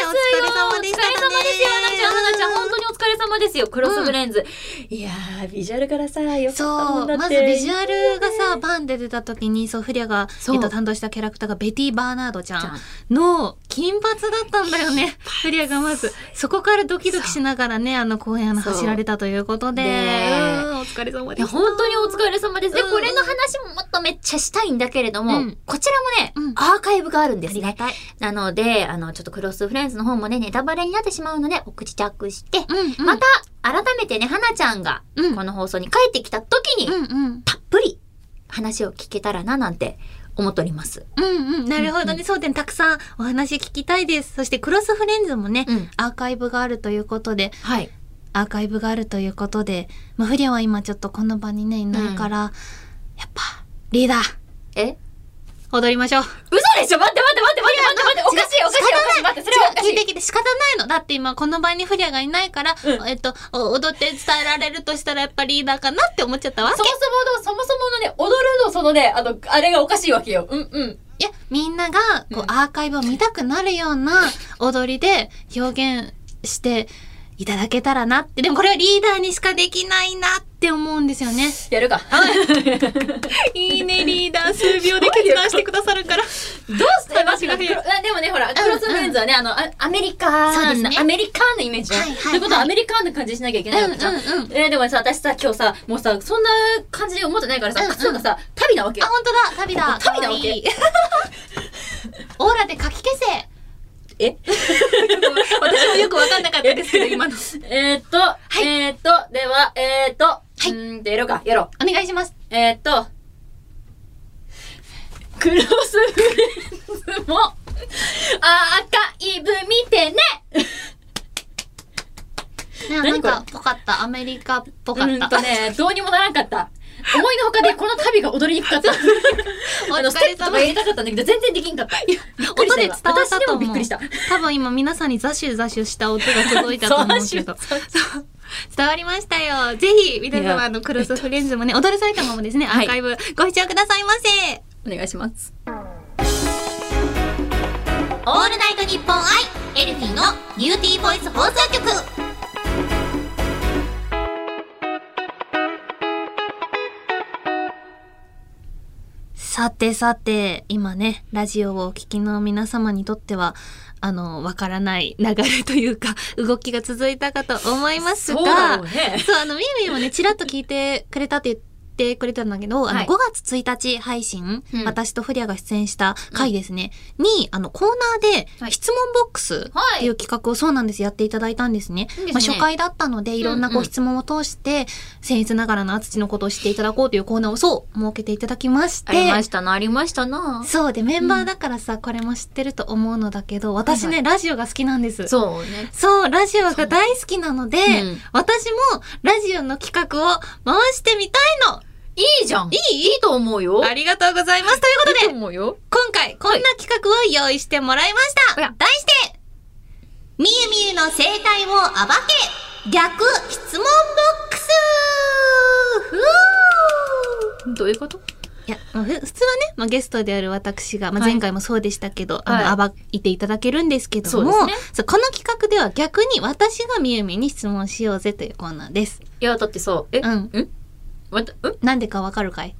[SPEAKER 1] よ
[SPEAKER 2] はいお疲れ様でし
[SPEAKER 1] お
[SPEAKER 2] た
[SPEAKER 1] 疲
[SPEAKER 2] ね
[SPEAKER 1] れ様ですよ、花ちゃん、花ちゃん、本当にお疲れ様ですよ、クロスフレンズ。いやー、ビジュアルからさ、よかったも
[SPEAKER 2] そ
[SPEAKER 1] んだ
[SPEAKER 2] う、
[SPEAKER 1] って。
[SPEAKER 2] まずビジュ
[SPEAKER 1] ル
[SPEAKER 2] アルがさ、バンで出た時に、そう、フリアが、
[SPEAKER 1] そう
[SPEAKER 2] えっと、担当したキャラクターがベティ・バーナードちゃ
[SPEAKER 1] ちゃん
[SPEAKER 2] んの金髪だったんだよね。フリアがまず、そこからドキドキしながらね、あの公演あの
[SPEAKER 1] そう
[SPEAKER 2] 走られたということで、
[SPEAKER 1] で
[SPEAKER 2] うんお疲れ様
[SPEAKER 1] い
[SPEAKER 2] で
[SPEAKER 1] や
[SPEAKER 2] した。
[SPEAKER 1] 本当にお疲れ様です。で、
[SPEAKER 2] うん
[SPEAKER 1] これの話ももっとめっちゃしたいんだけれども、
[SPEAKER 2] うん
[SPEAKER 1] こちらもね、
[SPEAKER 2] うん
[SPEAKER 1] アーカイブがあるんです
[SPEAKER 2] あ
[SPEAKER 1] ね
[SPEAKER 2] り。がたい。
[SPEAKER 1] なので、あの、ちょっとクロスフレンズの方もね、ネタバレになってしまうので、お口着して、
[SPEAKER 2] うん、うん
[SPEAKER 1] また、改めてね、花ちゃんが、
[SPEAKER 2] うん
[SPEAKER 1] この放送に帰ってきた時に、
[SPEAKER 2] うんうん。
[SPEAKER 1] たっぷり話を聞けたらな、なんて思っております。
[SPEAKER 2] うんうん、なるほどね。
[SPEAKER 1] うん
[SPEAKER 2] そうでたくさんお話聞きたいです。そして、クロスフレンズもね、
[SPEAKER 1] うん
[SPEAKER 2] アーカイブがあるということで、
[SPEAKER 1] はい。
[SPEAKER 2] アーカイブがあるということで、まあ、フリアは今ちょっとこの場にね、いないから、やっぱ、リーダー、
[SPEAKER 1] え
[SPEAKER 2] 踊りましょう。
[SPEAKER 1] 嘘でしょ待って待って待って待って待って待って、おかしいおかしいおかしい待って、それはおかし
[SPEAKER 2] 違う聞い
[SPEAKER 1] い。
[SPEAKER 2] てきて仕方ないの。だって今、この場にフリアがいないから、
[SPEAKER 1] うん
[SPEAKER 2] えっと、お踊って伝えられるとしたら、やっぱリーダーかなって思っちゃったわけ
[SPEAKER 1] そ。もそもの、そもそものね、踊るのそのね、あの、あれがおかしいわけよ。うんうん。
[SPEAKER 2] いや、みんなが、こう、
[SPEAKER 1] うん
[SPEAKER 2] アーカイブを見たくなるような踊りで表現していただけたらなって。でもこれはリーダーにしかできないなって思うんですよね。
[SPEAKER 1] やるか。
[SPEAKER 2] いいね、リーダー。数秒で決断してくださるから。
[SPEAKER 1] どうして
[SPEAKER 2] 話が
[SPEAKER 1] で
[SPEAKER 2] 増える
[SPEAKER 1] もね、ほら、クロスフレンズはね、あの、あアメリカ
[SPEAKER 2] そうで
[SPEAKER 1] ン
[SPEAKER 2] す
[SPEAKER 1] な、
[SPEAKER 2] ね
[SPEAKER 1] アメリカンなイメージじゃん。
[SPEAKER 2] はいはいはい
[SPEAKER 1] ということは、アメリカンな感じしなきゃいけないわけじゃん。
[SPEAKER 2] うんうんうん
[SPEAKER 1] えーでもさ、私さ、今日さ、もうさ、そんな感じで思ってないからさ、
[SPEAKER 2] うんうん
[SPEAKER 1] 靴がさ、旅なわけ
[SPEAKER 2] あ、
[SPEAKER 1] よ。
[SPEAKER 2] 本当だ。旅だ。
[SPEAKER 1] 旅だ
[SPEAKER 2] かわいいオーラで書き消せ。
[SPEAKER 1] え
[SPEAKER 2] 私もよくわかんなかったですけど、今の。
[SPEAKER 1] えーっと、えーっと、では、えーっと、
[SPEAKER 2] いう
[SPEAKER 1] ーんと、やろうか、やろう。
[SPEAKER 2] お願いします。
[SPEAKER 1] えーっと、クロスフレンズも、アーカイブ見てね
[SPEAKER 2] ね、な
[SPEAKER 1] 何
[SPEAKER 2] ん
[SPEAKER 1] これ
[SPEAKER 2] か、ぽかった。アメリカっぽかっ
[SPEAKER 1] うん
[SPEAKER 2] た。
[SPEAKER 1] とね、どうにもならんかった。思いのほかでこの旅が踊りにくかった。
[SPEAKER 2] お
[SPEAKER 1] あの、ス
[SPEAKER 2] 疲
[SPEAKER 1] テッ
[SPEAKER 2] れ
[SPEAKER 1] プと
[SPEAKER 2] 様
[SPEAKER 1] か
[SPEAKER 2] で
[SPEAKER 1] 入れたかったんだけど、全然できんかった。びっくりし
[SPEAKER 2] 音
[SPEAKER 1] た
[SPEAKER 2] で伝
[SPEAKER 1] 今
[SPEAKER 2] わった
[SPEAKER 1] 私で
[SPEAKER 2] と
[SPEAKER 1] もびっ
[SPEAKER 2] 思う
[SPEAKER 1] くりした。。
[SPEAKER 2] 多分今皆さんにザシュザシュした音が届いたと思うけど。
[SPEAKER 1] そう
[SPEAKER 2] 伝わりましたよ。ぜひ、皆
[SPEAKER 1] いや
[SPEAKER 2] 様あのクロスフレンズもね、踊る埼玉もですね、ア
[SPEAKER 1] はい
[SPEAKER 2] ーカイブご視聴くださいませ。
[SPEAKER 1] お願いします。
[SPEAKER 2] オールナイトニッポンアイエルフィーのビューティーボイス放送局。さてさて、今ね、ラジオをお聞きの皆様にとっては、あの、わからない流れというか、動きが続いたかと思いますが、
[SPEAKER 1] そうだろうね。
[SPEAKER 2] そう、あの、みゆみゆもね、ちらっと聞いてくれたって言ってくれたんだけど、あの、
[SPEAKER 1] はい
[SPEAKER 2] 5月1日配信、
[SPEAKER 1] うん
[SPEAKER 2] 私とフリアが出演した回ですね、に、あの、コーナー
[SPEAKER 1] は
[SPEAKER 2] で、
[SPEAKER 1] い
[SPEAKER 2] 質問ボックス
[SPEAKER 1] はい
[SPEAKER 2] っていう企画を、そうなんです、やっていただいたんですね。
[SPEAKER 1] いいですね
[SPEAKER 2] まあ、初回だったので、いろんな
[SPEAKER 1] うんう
[SPEAKER 2] ご
[SPEAKER 1] ん
[SPEAKER 2] 質問を通して、僭越ながらの厚地のことを知っていただこうというコーナーを、そう、設けていただきまし
[SPEAKER 1] あ
[SPEAKER 2] て、
[SPEAKER 1] りましたな、ありましたな。
[SPEAKER 2] そうで、メンバーだからさ、これも知ってると思うのだけど、私
[SPEAKER 1] は
[SPEAKER 2] ね、ラジオが好きなんです。
[SPEAKER 1] そうね。
[SPEAKER 2] そう、ラジオが大好きなので、
[SPEAKER 1] うん
[SPEAKER 2] 私もラジオの企画を回してみたいの
[SPEAKER 1] いいじゃん。いいいいと思うよ。
[SPEAKER 2] ありがとうございますということ
[SPEAKER 1] いい
[SPEAKER 2] で、
[SPEAKER 1] と思うよ。
[SPEAKER 2] 今回こんな企画を用意してもらいました、
[SPEAKER 1] おや
[SPEAKER 2] 題して、みゆみゆの生態を暴け逆質問ボックスふう
[SPEAKER 1] どういうこと
[SPEAKER 2] いや、まあふ普通はね、まあ、ゲストである私が、まあ、
[SPEAKER 1] はい
[SPEAKER 2] 前回もそうでしたけど、
[SPEAKER 1] は
[SPEAKER 2] あの、暴いていただけるんですけども、
[SPEAKER 1] そうです
[SPEAKER 2] そうこの企画では逆に私がみゆみゆに質問しようぜというコーナーです。
[SPEAKER 1] いや、だってさ、え、
[SPEAKER 2] うん
[SPEAKER 1] えまた、ん
[SPEAKER 2] なんでかわかるかい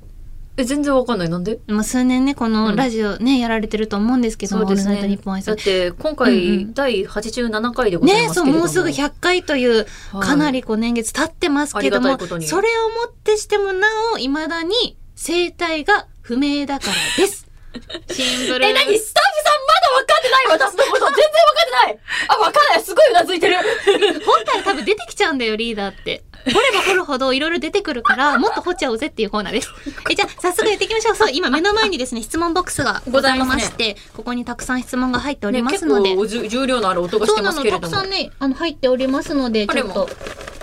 [SPEAKER 1] え、全然わかんない。なんで
[SPEAKER 2] まあ、数年ね、このラジオね、やられてると思うんですけども、オールナイトニッポンアイ
[SPEAKER 1] だ
[SPEAKER 2] ス
[SPEAKER 1] っ。て、今
[SPEAKER 2] うんう
[SPEAKER 1] 回、
[SPEAKER 2] ん
[SPEAKER 1] 第87回でござい
[SPEAKER 2] ね
[SPEAKER 1] ます
[SPEAKER 2] そ
[SPEAKER 1] けれ
[SPEAKER 2] う、
[SPEAKER 1] ども。
[SPEAKER 2] もうすぐ100回という、
[SPEAKER 1] はい
[SPEAKER 2] かなりこう年月経ってますけど
[SPEAKER 1] あり
[SPEAKER 2] も、
[SPEAKER 1] がたいことに
[SPEAKER 2] それをもってしてもなお、未だに 生態が不明だからです。シンプル。
[SPEAKER 1] え、なにスタッフさんまだわかん
[SPEAKER 3] ってない私のこと全然分かってないあ、分かんないすごいうなず いてる
[SPEAKER 2] 本体多分出てきちゃうんだよ、リーダーって。掘れば掘るほどいろいろ出てくるから、もっと掘っちゃおうぜっていうコーナー です。えじゃあ、早速やっていきましょう。そう、今目の前にですね、質問ボックスがございまして、ここにたくさん質問が入っており
[SPEAKER 3] ね、
[SPEAKER 2] ます
[SPEAKER 3] 結
[SPEAKER 2] ので。
[SPEAKER 3] 構じゅ重量のある音がし
[SPEAKER 2] そう
[SPEAKER 3] て
[SPEAKER 2] な
[SPEAKER 3] ます
[SPEAKER 2] の、
[SPEAKER 3] けれ
[SPEAKER 2] た
[SPEAKER 3] ど
[SPEAKER 2] く
[SPEAKER 3] も
[SPEAKER 2] さんね、あの、入っておりますので、
[SPEAKER 3] こ
[SPEAKER 2] ち
[SPEAKER 3] れ
[SPEAKER 2] ょ
[SPEAKER 3] も
[SPEAKER 2] っと。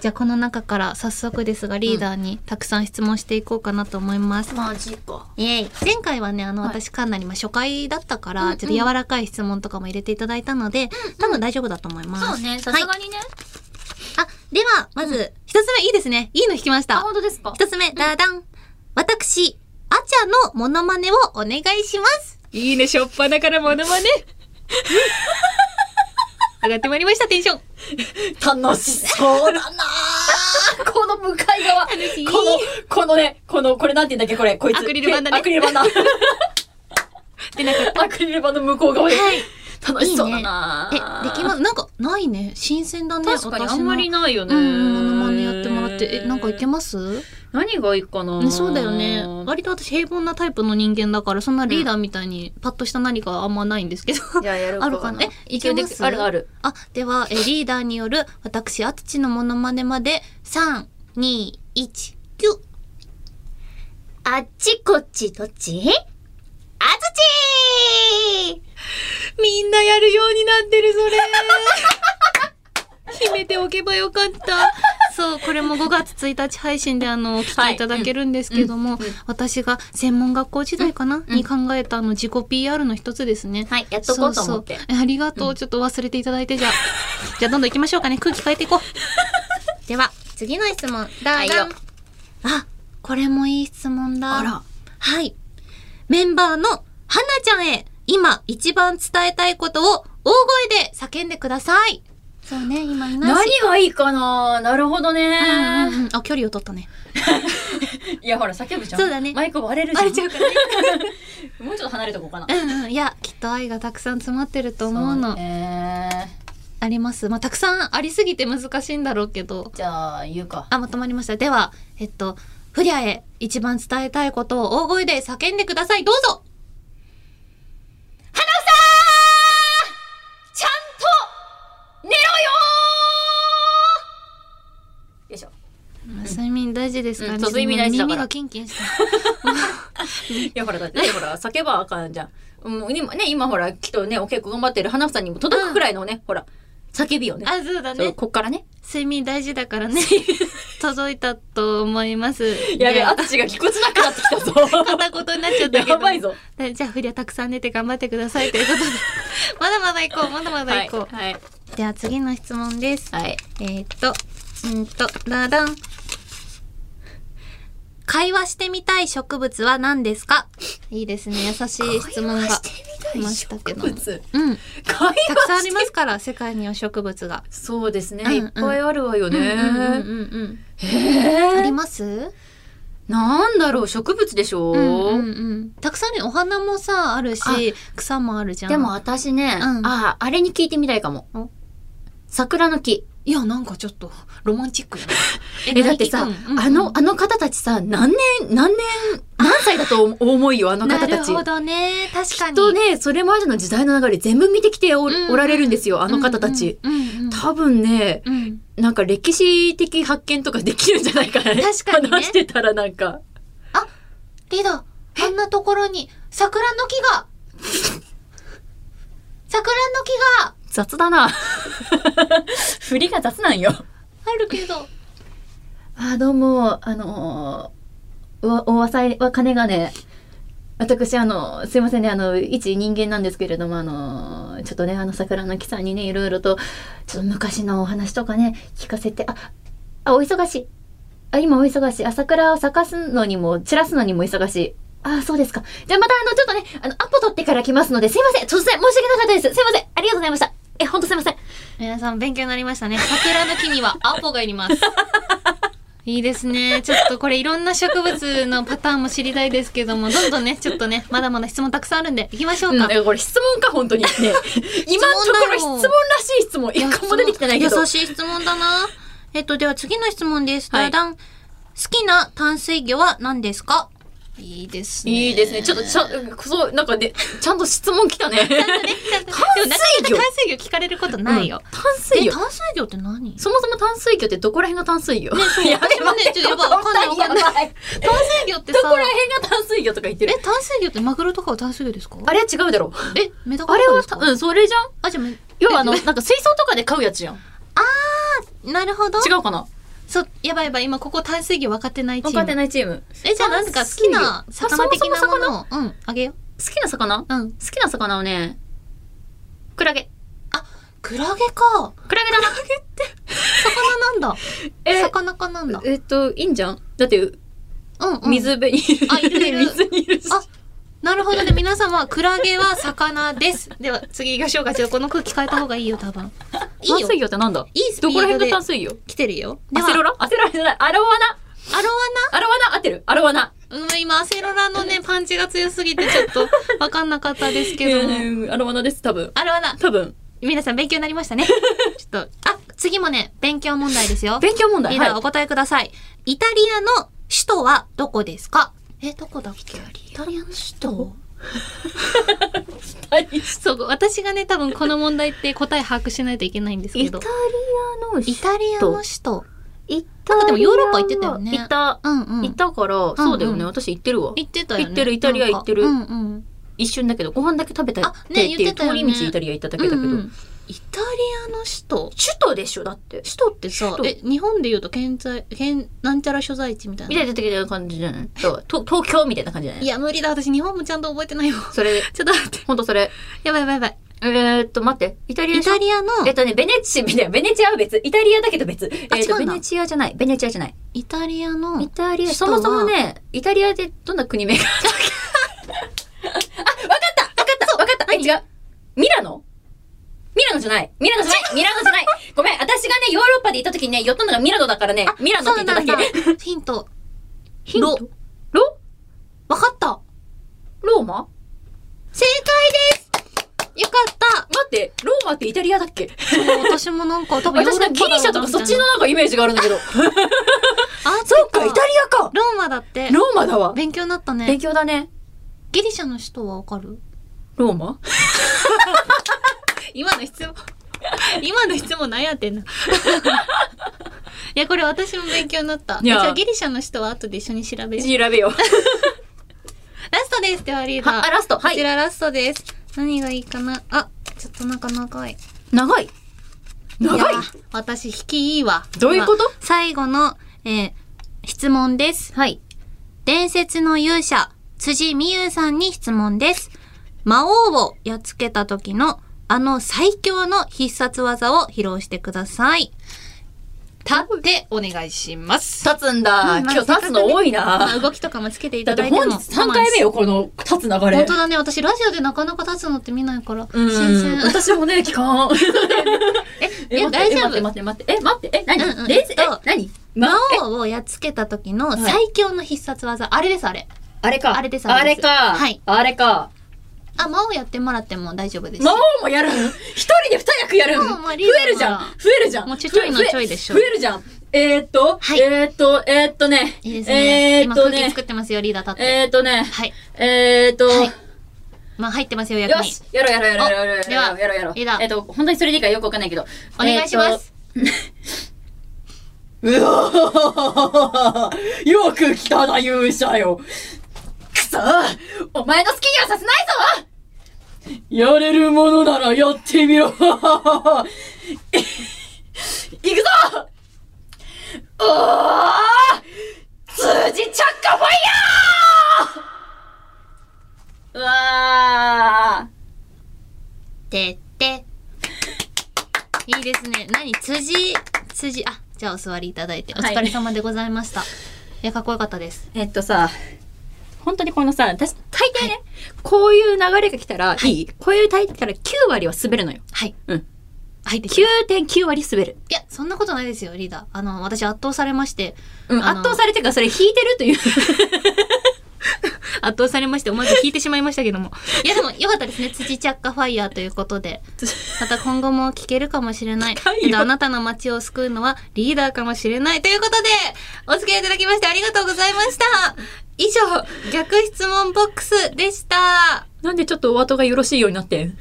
[SPEAKER 2] じゃあ、この中から早速ですが、リーダーにたくさん質問していこうかなと思います。
[SPEAKER 3] マジか
[SPEAKER 1] イエイ。
[SPEAKER 2] 前回はね、あの、
[SPEAKER 3] はい
[SPEAKER 2] 私、かなり、まあ、初回だったから、
[SPEAKER 1] うんうん
[SPEAKER 2] ちょっと柔らかい質問とかも入れていただいたので、多分大丈夫だと思います。
[SPEAKER 1] そうね、さすがにね。
[SPEAKER 2] あ、では、まず、一つ目、いいですね。いいの引きまし
[SPEAKER 3] あ、
[SPEAKER 2] た。
[SPEAKER 3] 本当ですか
[SPEAKER 2] 一つ目、ダダン。私、アチャのモノマネをお願いします。
[SPEAKER 3] いいね、しょっぱなからモノマネ
[SPEAKER 2] 上がってまいりました、テンション。
[SPEAKER 3] 楽しそうだなあ この向かい側こ
[SPEAKER 2] しい
[SPEAKER 3] の、このね、この、これなんて言うんだっけこれ、こいつ
[SPEAKER 2] アクリル板だね
[SPEAKER 3] アクリル板だ
[SPEAKER 2] で、なんか、
[SPEAKER 3] アクリル板の向こう側に
[SPEAKER 2] はい。
[SPEAKER 3] 楽しそうだな
[SPEAKER 2] え、できます。なんか、ないね。新鮮だね、
[SPEAKER 3] 確かにあんまり
[SPEAKER 2] ね。
[SPEAKER 3] ないよ
[SPEAKER 2] う
[SPEAKER 3] ね。
[SPEAKER 2] ん、モノマネやってもらって、え、なんかいけます
[SPEAKER 3] 何がいいかな、
[SPEAKER 2] ね、そうだよね。割と私平凡なタイプの人間だから、そんなリーダーみたいにパッとした何かあんまないんですけど。
[SPEAKER 3] じゃあやる
[SPEAKER 2] あるかなえ
[SPEAKER 3] いけ
[SPEAKER 2] いけま
[SPEAKER 3] ますすあるある。
[SPEAKER 2] あ、では、えリーダーによる私、あつちのモノマネまで、3、2、1、キュ
[SPEAKER 1] あっちこっちどっちあずち
[SPEAKER 2] みんなやるようになってる、それ。決めておけばよかった。 そう、これも5月1日配信であの、お聞きいただけるんですけども、私が専門学校時代かな、に考えたあの、自己 PR の一つですね。
[SPEAKER 1] はい、やっとこうと思って。
[SPEAKER 2] そうそうえありがとう、ちょっと忘れていただいて、じゃあ。 じゃあ、どんどん行きましょうかね。空気変えていこう。では、次の質問。だ
[SPEAKER 1] はいよ
[SPEAKER 2] あ、これもいい質問だ。
[SPEAKER 3] あら。
[SPEAKER 2] はい。メンバーのはなちゃんへ、今一番伝えたいことを大声で叫んでください。そうね、今いないし。
[SPEAKER 3] 何がいいかななるほどね、
[SPEAKER 2] うんうんうんあ、距離を取ったね。
[SPEAKER 3] いやほら叫ぶじゃん
[SPEAKER 2] そうだね
[SPEAKER 3] マイク割れるじゃ
[SPEAKER 2] バ
[SPEAKER 3] ん
[SPEAKER 2] レちゃうからね。
[SPEAKER 3] もうちょっと離れとこうかな
[SPEAKER 2] うんうん。いや、きっと愛がたくさん詰まってると思うの。
[SPEAKER 3] え
[SPEAKER 2] あります。まあ、たくさんありすぎて難しいんだろうけど。
[SPEAKER 3] じゃあ言うか
[SPEAKER 2] あ、まとまりました。では、えっと、フリアへ一番伝えたいことを大声で叫んでください。どうぞ
[SPEAKER 3] ちゃんと寝ろよーよいしょ
[SPEAKER 2] 睡眠大事ですからね。
[SPEAKER 3] うんそう睡眠大事だから
[SPEAKER 2] 耳がキンキンした。
[SPEAKER 3] いやほらだってほら叫ばあかんじゃんもう今ね今ほらきっとねお稽古頑張ってる花房にも届くくらいのね、ほら叫びをね
[SPEAKER 2] あ、そうだ
[SPEAKER 3] そう
[SPEAKER 2] ね。
[SPEAKER 3] こっからね
[SPEAKER 2] 睡眠大事だから ね。届いたと思います。
[SPEAKER 3] やべえ
[SPEAKER 2] で
[SPEAKER 3] あつしがぎこちなくなってきたぞ
[SPEAKER 2] 片言になっちゃったけど。
[SPEAKER 3] やばいぞ
[SPEAKER 2] で。じゃあ、フリアたくさん出て頑張ってくださいということ で。まだまだ行こう、まだまだ行こう。
[SPEAKER 3] はい
[SPEAKER 2] では、次の質問です。
[SPEAKER 3] はい
[SPEAKER 2] えー、っと、うんーと、ダダン。会話してみたい植物は何ですかいいですね。優しい質問が来ましたけども。
[SPEAKER 3] 物
[SPEAKER 2] うん。
[SPEAKER 3] 会話
[SPEAKER 2] たくさんありますから、世界には植物が。
[SPEAKER 3] そうですね、
[SPEAKER 2] うんうん
[SPEAKER 3] いっぱいあるわよね、
[SPEAKER 2] うんうんうんうんうん。あ
[SPEAKER 3] へ
[SPEAKER 2] り
[SPEAKER 3] え
[SPEAKER 2] ます
[SPEAKER 3] なんだろう植物でしょ、
[SPEAKER 2] うんうんうん、たくさんねお花もさあるし
[SPEAKER 3] あ
[SPEAKER 2] 草もあるじゃん
[SPEAKER 3] でも私ね、
[SPEAKER 2] うん
[SPEAKER 3] ああれに聞いてみたいかも
[SPEAKER 2] お
[SPEAKER 3] 桜の木
[SPEAKER 2] いやなんかちょっとロマンチックやな
[SPEAKER 3] えだってさ、
[SPEAKER 2] 何聞くん
[SPEAKER 3] あのあの方たちさ何年何年何歳だとお思うよあの方
[SPEAKER 2] な
[SPEAKER 3] た
[SPEAKER 2] る
[SPEAKER 3] ち
[SPEAKER 2] ほどね確かに
[SPEAKER 3] とねそれまでの時代の流れ全部見てきてお,、
[SPEAKER 2] うん
[SPEAKER 3] おられるんですよあの方たち、
[SPEAKER 2] うんうんうんうん
[SPEAKER 3] 多分ね
[SPEAKER 2] うん
[SPEAKER 3] なんか歴史的発見とかできるんじゃないかな、
[SPEAKER 2] 確かにね
[SPEAKER 3] 話してたらなんか
[SPEAKER 2] リーダーあんなところに桜の木 が桜の木が
[SPEAKER 3] 雑 だな振りが雑なんよ
[SPEAKER 2] あるけど
[SPEAKER 3] あ、どうも、あのー、わお浅いは金がね、私、あの、すいませんね、あの、一人間なんですけれども、あのー、ちょっとね、あの、桜の木さんにね、いろいろと、ちょっと昔のお話とかね、聞かせて、あ、あ、お忙しい。あ、今お忙しい。あ、桜を咲かすのにも、散らすのにも忙しい。あ、そうですか。じゃあまた、あの、ちょっとね、あの、アポ取ってから来ますので、すいません、突然、申し訳なかったです。すいません、ありがとうございました。え、ほんとすいません。
[SPEAKER 2] 皆さん勉強になりましたね。桜の木にはアポがいります。いいですね。ちょっとこれいろんな植物のパターンも知りたいですけども、どんどんね、ちょっとね、まだまだ質問たくさんあるんで、行きましょうか。
[SPEAKER 3] これ質問か、本 当に。ね、今のところ質問らしい質問、
[SPEAKER 2] いや
[SPEAKER 3] 一個も出てきてないけ
[SPEAKER 2] その
[SPEAKER 3] ど
[SPEAKER 2] 優。しい質問だな。えっと、では次の質問です。
[SPEAKER 3] はい
[SPEAKER 2] ダダン好きな淡水魚は何ですかいいですね。
[SPEAKER 3] いいですね。ちょっとちゃ、そう、なんかね、ちゃんと質問来たね。
[SPEAKER 2] ちゃんとね
[SPEAKER 3] 淡
[SPEAKER 2] でもなかな
[SPEAKER 3] 水魚
[SPEAKER 2] か淡水魚聞かれることないよ。
[SPEAKER 3] 淡水
[SPEAKER 2] え、
[SPEAKER 3] 魚。
[SPEAKER 2] 淡水魚って何
[SPEAKER 3] そもそも淡水魚ってどこら辺が淡水魚、やべ
[SPEAKER 2] 私もね、ちょっとやばい、わかんないわかんない。
[SPEAKER 3] ばい。
[SPEAKER 2] 淡水魚って
[SPEAKER 3] ど
[SPEAKER 2] さ
[SPEAKER 3] こ、ら辺が淡水魚とか言ってる
[SPEAKER 2] え、淡水魚ってマグロとかは淡水魚ですか
[SPEAKER 3] あれは違うだろ。
[SPEAKER 2] え、メダカ
[SPEAKER 3] あれ
[SPEAKER 2] とか
[SPEAKER 3] は
[SPEAKER 2] です
[SPEAKER 3] た、
[SPEAKER 2] か
[SPEAKER 3] うん、それじゃん
[SPEAKER 2] あ、じゃあめ
[SPEAKER 3] 要はあの、なんか水槽とかで飼うやつじゃん。
[SPEAKER 2] なるほど。
[SPEAKER 3] 違うかな
[SPEAKER 2] そう、やばいやばい、今ここ淡水魚分かってないチーム。
[SPEAKER 3] 分かってないチーム。
[SPEAKER 2] え、じゃあなんか好きな
[SPEAKER 3] 淡水魚
[SPEAKER 2] 魚的なも
[SPEAKER 3] あ
[SPEAKER 2] のを、うん、あげよ
[SPEAKER 3] 好きな魚好
[SPEAKER 2] う。うん。
[SPEAKER 3] きな魚はね、クラゲ。
[SPEAKER 2] クラゲか。
[SPEAKER 3] クラゲだな。
[SPEAKER 2] 魚なん だ。
[SPEAKER 3] え
[SPEAKER 2] 魚かなんだ。
[SPEAKER 3] えっと、いいんじゃんだって、
[SPEAKER 2] うん、うん。
[SPEAKER 3] 水辺にいる。
[SPEAKER 2] あいるいる
[SPEAKER 3] 水にいるし。
[SPEAKER 2] あなるほどね。皆様、クラゲは魚です。では、次行きましょうか。ちょっとこの空気変えた方がいいよ、多分。いい
[SPEAKER 3] 淡
[SPEAKER 2] よ。
[SPEAKER 3] 水魚ってなんだ
[SPEAKER 2] いいスピ
[SPEAKER 3] どこ
[SPEAKER 2] ー
[SPEAKER 3] ら
[SPEAKER 2] ド
[SPEAKER 3] 辺
[SPEAKER 2] で
[SPEAKER 3] が淡水魚
[SPEAKER 2] 来てるよ。で
[SPEAKER 3] ア
[SPEAKER 2] は
[SPEAKER 3] セロラアセロラじゃない。アロワナ。
[SPEAKER 2] アロ
[SPEAKER 3] アロワナ合ってるアロワナ。
[SPEAKER 2] ワナ。うん、今、アセロラのね、パンチが強すぎて、ちょっと、 わかんなかったですけども。
[SPEAKER 3] うんアロワナです、多分。
[SPEAKER 2] アロワナ。
[SPEAKER 3] 多分。
[SPEAKER 2] 皆さん、勉強になりま したね。ちょっと、あ、次もね、勉強問題ですよ。
[SPEAKER 3] 勉強問題。
[SPEAKER 2] リー
[SPEAKER 3] は
[SPEAKER 2] ダ
[SPEAKER 3] い
[SPEAKER 2] ー、お答えください。イタリアの首都はどこですかえ、どこだっけイタリアの首都
[SPEAKER 3] はい
[SPEAKER 2] そう、私がね、多分この問題って答え把握しないといけないんですけ
[SPEAKER 3] イ
[SPEAKER 2] ど
[SPEAKER 3] タ。リアの
[SPEAKER 2] イタリアの首都。
[SPEAKER 3] イ
[SPEAKER 2] なんかでもヨーロッパ行
[SPEAKER 3] 行
[SPEAKER 2] ってたよね
[SPEAKER 3] 行った。
[SPEAKER 2] うんうん。
[SPEAKER 3] 行ったから、そうだ
[SPEAKER 2] う
[SPEAKER 3] よ
[SPEAKER 2] んう
[SPEAKER 3] ね。
[SPEAKER 2] ん
[SPEAKER 3] 私行ってるわ。
[SPEAKER 2] 行ってたよね。
[SPEAKER 3] 行ってるイタリア行ってる
[SPEAKER 2] なんかうんうん。
[SPEAKER 3] 一瞬だけど、ご飯だけ食べたい
[SPEAKER 2] あ
[SPEAKER 3] っ
[SPEAKER 2] ね
[SPEAKER 3] てってい
[SPEAKER 2] 言
[SPEAKER 3] う
[SPEAKER 2] ってたよ
[SPEAKER 3] 通
[SPEAKER 2] ね
[SPEAKER 3] り道イタリア行っただけだけど。
[SPEAKER 2] うんう
[SPEAKER 3] 首
[SPEAKER 2] んイタリアの首都
[SPEAKER 3] 都でしょ、だって。
[SPEAKER 2] 首都ってさ
[SPEAKER 3] 首都
[SPEAKER 2] え日本で言うと建材県なんちゃら所在地みたい
[SPEAKER 3] み
[SPEAKER 2] な
[SPEAKER 3] たいな的な感じじゃないそうと東京みたいな感じじゃない
[SPEAKER 2] いや無理だ私日本もちゃんと覚えてないよ
[SPEAKER 3] そ れ、
[SPEAKER 2] ちょっと待って
[SPEAKER 3] ほんとそれ。
[SPEAKER 2] やばいやばいやばい
[SPEAKER 3] えー、っと、待って。イタリア
[SPEAKER 2] イ
[SPEAKER 3] でしょ
[SPEAKER 2] タリアの
[SPEAKER 3] えっとね、ベネチア、ベネベネチアは別。イタリアだけど別。え
[SPEAKER 2] あ
[SPEAKER 3] っと、
[SPEAKER 2] 違う
[SPEAKER 3] ベ
[SPEAKER 2] んだ
[SPEAKER 3] ネチアじゃない。ベネチアじゃない。
[SPEAKER 2] イタリアの
[SPEAKER 3] イタリア、
[SPEAKER 2] 首
[SPEAKER 3] そ
[SPEAKER 2] 都は
[SPEAKER 3] もそもね、イタリアでどんな国名があ、わかったわかったわかったえ、違うミラノミラノじゃないミラノじゃないミラノじゃないごめん、私がね、ヨーロッパで行った時にね、寄ったのがミラノだからね、ミラノって言っただけ。
[SPEAKER 2] け ヒント
[SPEAKER 3] ヒン
[SPEAKER 2] ロ
[SPEAKER 3] トロ
[SPEAKER 2] わかった
[SPEAKER 3] ローマ
[SPEAKER 2] 正解ですよかった
[SPEAKER 3] 待って、ローマってイタリアだっけ
[SPEAKER 2] そう私もなんか多分ヨーロ
[SPEAKER 3] 私
[SPEAKER 2] ッパだろう
[SPEAKER 3] が
[SPEAKER 2] な
[SPEAKER 3] ギリシャとかそっちの
[SPEAKER 2] み
[SPEAKER 3] なんかイメージがあるんだけど。
[SPEAKER 2] たいなあ
[SPEAKER 3] そっか、イタリアか
[SPEAKER 2] ローマだって
[SPEAKER 3] ローマだわ。
[SPEAKER 2] 勉強になった
[SPEAKER 3] 勉
[SPEAKER 2] ね
[SPEAKER 3] 強だね。
[SPEAKER 2] ギリシャの首都はわかる
[SPEAKER 3] ローマ
[SPEAKER 2] 今の質問 今の質問何やってんの いやこれ私も勉強になった
[SPEAKER 3] い
[SPEAKER 2] じ
[SPEAKER 3] や
[SPEAKER 2] ゃあギリシャの人は後で一緒に調べる
[SPEAKER 3] 調べよう。
[SPEAKER 2] ラストですではリーダ
[SPEAKER 3] は、あ
[SPEAKER 2] ー
[SPEAKER 3] ラスト。
[SPEAKER 2] こ
[SPEAKER 3] は
[SPEAKER 2] ち
[SPEAKER 3] い。
[SPEAKER 2] らラストです何がいいかなあちょっとなんか長い
[SPEAKER 3] 長い。長い
[SPEAKER 2] や私引きいいわ
[SPEAKER 3] どういうこと
[SPEAKER 2] では最後の、えー質問です
[SPEAKER 3] はい。
[SPEAKER 2] 伝説の勇者辻美優さんに質問です魔王をやっつけた時のあの最強の必殺技を披露してください立ってお願いします
[SPEAKER 3] 立つんだ。
[SPEAKER 2] うん
[SPEAKER 3] 今日立つの多いな。
[SPEAKER 2] あ動きとかもつけてい
[SPEAKER 3] だ
[SPEAKER 2] た
[SPEAKER 3] って
[SPEAKER 2] だいても
[SPEAKER 3] 本日3回目よ、この立つ流れ
[SPEAKER 2] 本当。だね私ラジオでなかなか立つのって見ないから
[SPEAKER 3] う
[SPEAKER 2] 新
[SPEAKER 3] ん。
[SPEAKER 2] 鮮
[SPEAKER 3] 私もね、聞かん。
[SPEAKER 2] えいや大丈夫
[SPEAKER 3] 待って待って。え、待って。え、何
[SPEAKER 2] うんうん
[SPEAKER 3] 冷静え
[SPEAKER 2] そう、
[SPEAKER 3] 何
[SPEAKER 2] 魔
[SPEAKER 3] ま
[SPEAKER 2] 王をやっつけた時の最強の必殺技、あれですあれ
[SPEAKER 3] あれか。
[SPEAKER 2] あれです
[SPEAKER 3] あ
[SPEAKER 2] あれ
[SPEAKER 3] れ
[SPEAKER 2] です
[SPEAKER 3] か。
[SPEAKER 2] はい
[SPEAKER 3] あれか。
[SPEAKER 2] あ魔王やってもらっても大丈夫です
[SPEAKER 3] 魔王もやるん一人で二役やるん
[SPEAKER 2] 魔王
[SPEAKER 3] 増
[SPEAKER 2] もリーダー
[SPEAKER 3] えるじゃん
[SPEAKER 2] な
[SPEAKER 3] 増えるじゃん
[SPEAKER 2] もうちょちょいの
[SPEAKER 3] 増え
[SPEAKER 2] ちょいでしょ
[SPEAKER 3] 増えるじゃんえーっと、
[SPEAKER 2] はい
[SPEAKER 3] えーっと、えーっとね。
[SPEAKER 2] いいですね、
[SPEAKER 3] えー
[SPEAKER 2] 今
[SPEAKER 3] っと
[SPEAKER 2] 空気
[SPEAKER 3] ね
[SPEAKER 2] 作。ってますよリーダー立って、
[SPEAKER 3] えーっとね。
[SPEAKER 2] はい
[SPEAKER 3] えーっと、
[SPEAKER 2] はいまあ入ってますよ役
[SPEAKER 3] よ
[SPEAKER 2] に
[SPEAKER 3] しやろうやろうやろうやろう
[SPEAKER 2] おで
[SPEAKER 3] や
[SPEAKER 2] は
[SPEAKER 3] ろうやろうやろう
[SPEAKER 2] リーダー
[SPEAKER 3] えっと、本当にそれでいいからよくわかんないけど。
[SPEAKER 2] お願いします、
[SPEAKER 3] えーっと。うおーよく来たな、勇者よくそお前の好きにはさせないぞやれるものならやってみろいいくぞおー辻着火ファイヤーうわー
[SPEAKER 2] てって。いいですね。何辻、辻、あ、じゃあお座りいただいて、お
[SPEAKER 3] はい
[SPEAKER 2] 疲れ様でございました。い、や、かっこよかったです。
[SPEAKER 3] えっとさ、本当にこのさ、私、大抵ね、こういう流れが来たら、いい、こういう大抵から9割は滑るのよ。
[SPEAKER 2] はい。
[SPEAKER 3] うん。
[SPEAKER 2] 入ってきたい
[SPEAKER 3] 9.9割滑る。
[SPEAKER 2] や、そんなことないですよ、リーダー。あの、私圧倒されまして、
[SPEAKER 3] うん、
[SPEAKER 2] あの
[SPEAKER 3] 圧倒されてるから、それ引いてるという。
[SPEAKER 2] 圧倒されまして、思わず聞いてしまいましたけども。 いや、でも、よかったですね。辻着火ファイヤーということ で。また今後も聞けるかもしれない。
[SPEAKER 3] 高いよ
[SPEAKER 2] けどあなたの街を救うのはリーダーかもしれない。ということで、お付き合いいただきましてありがとうございました。以以上、逆質問ボックスでした。
[SPEAKER 3] なんでちょっとお後がよろしいようになってん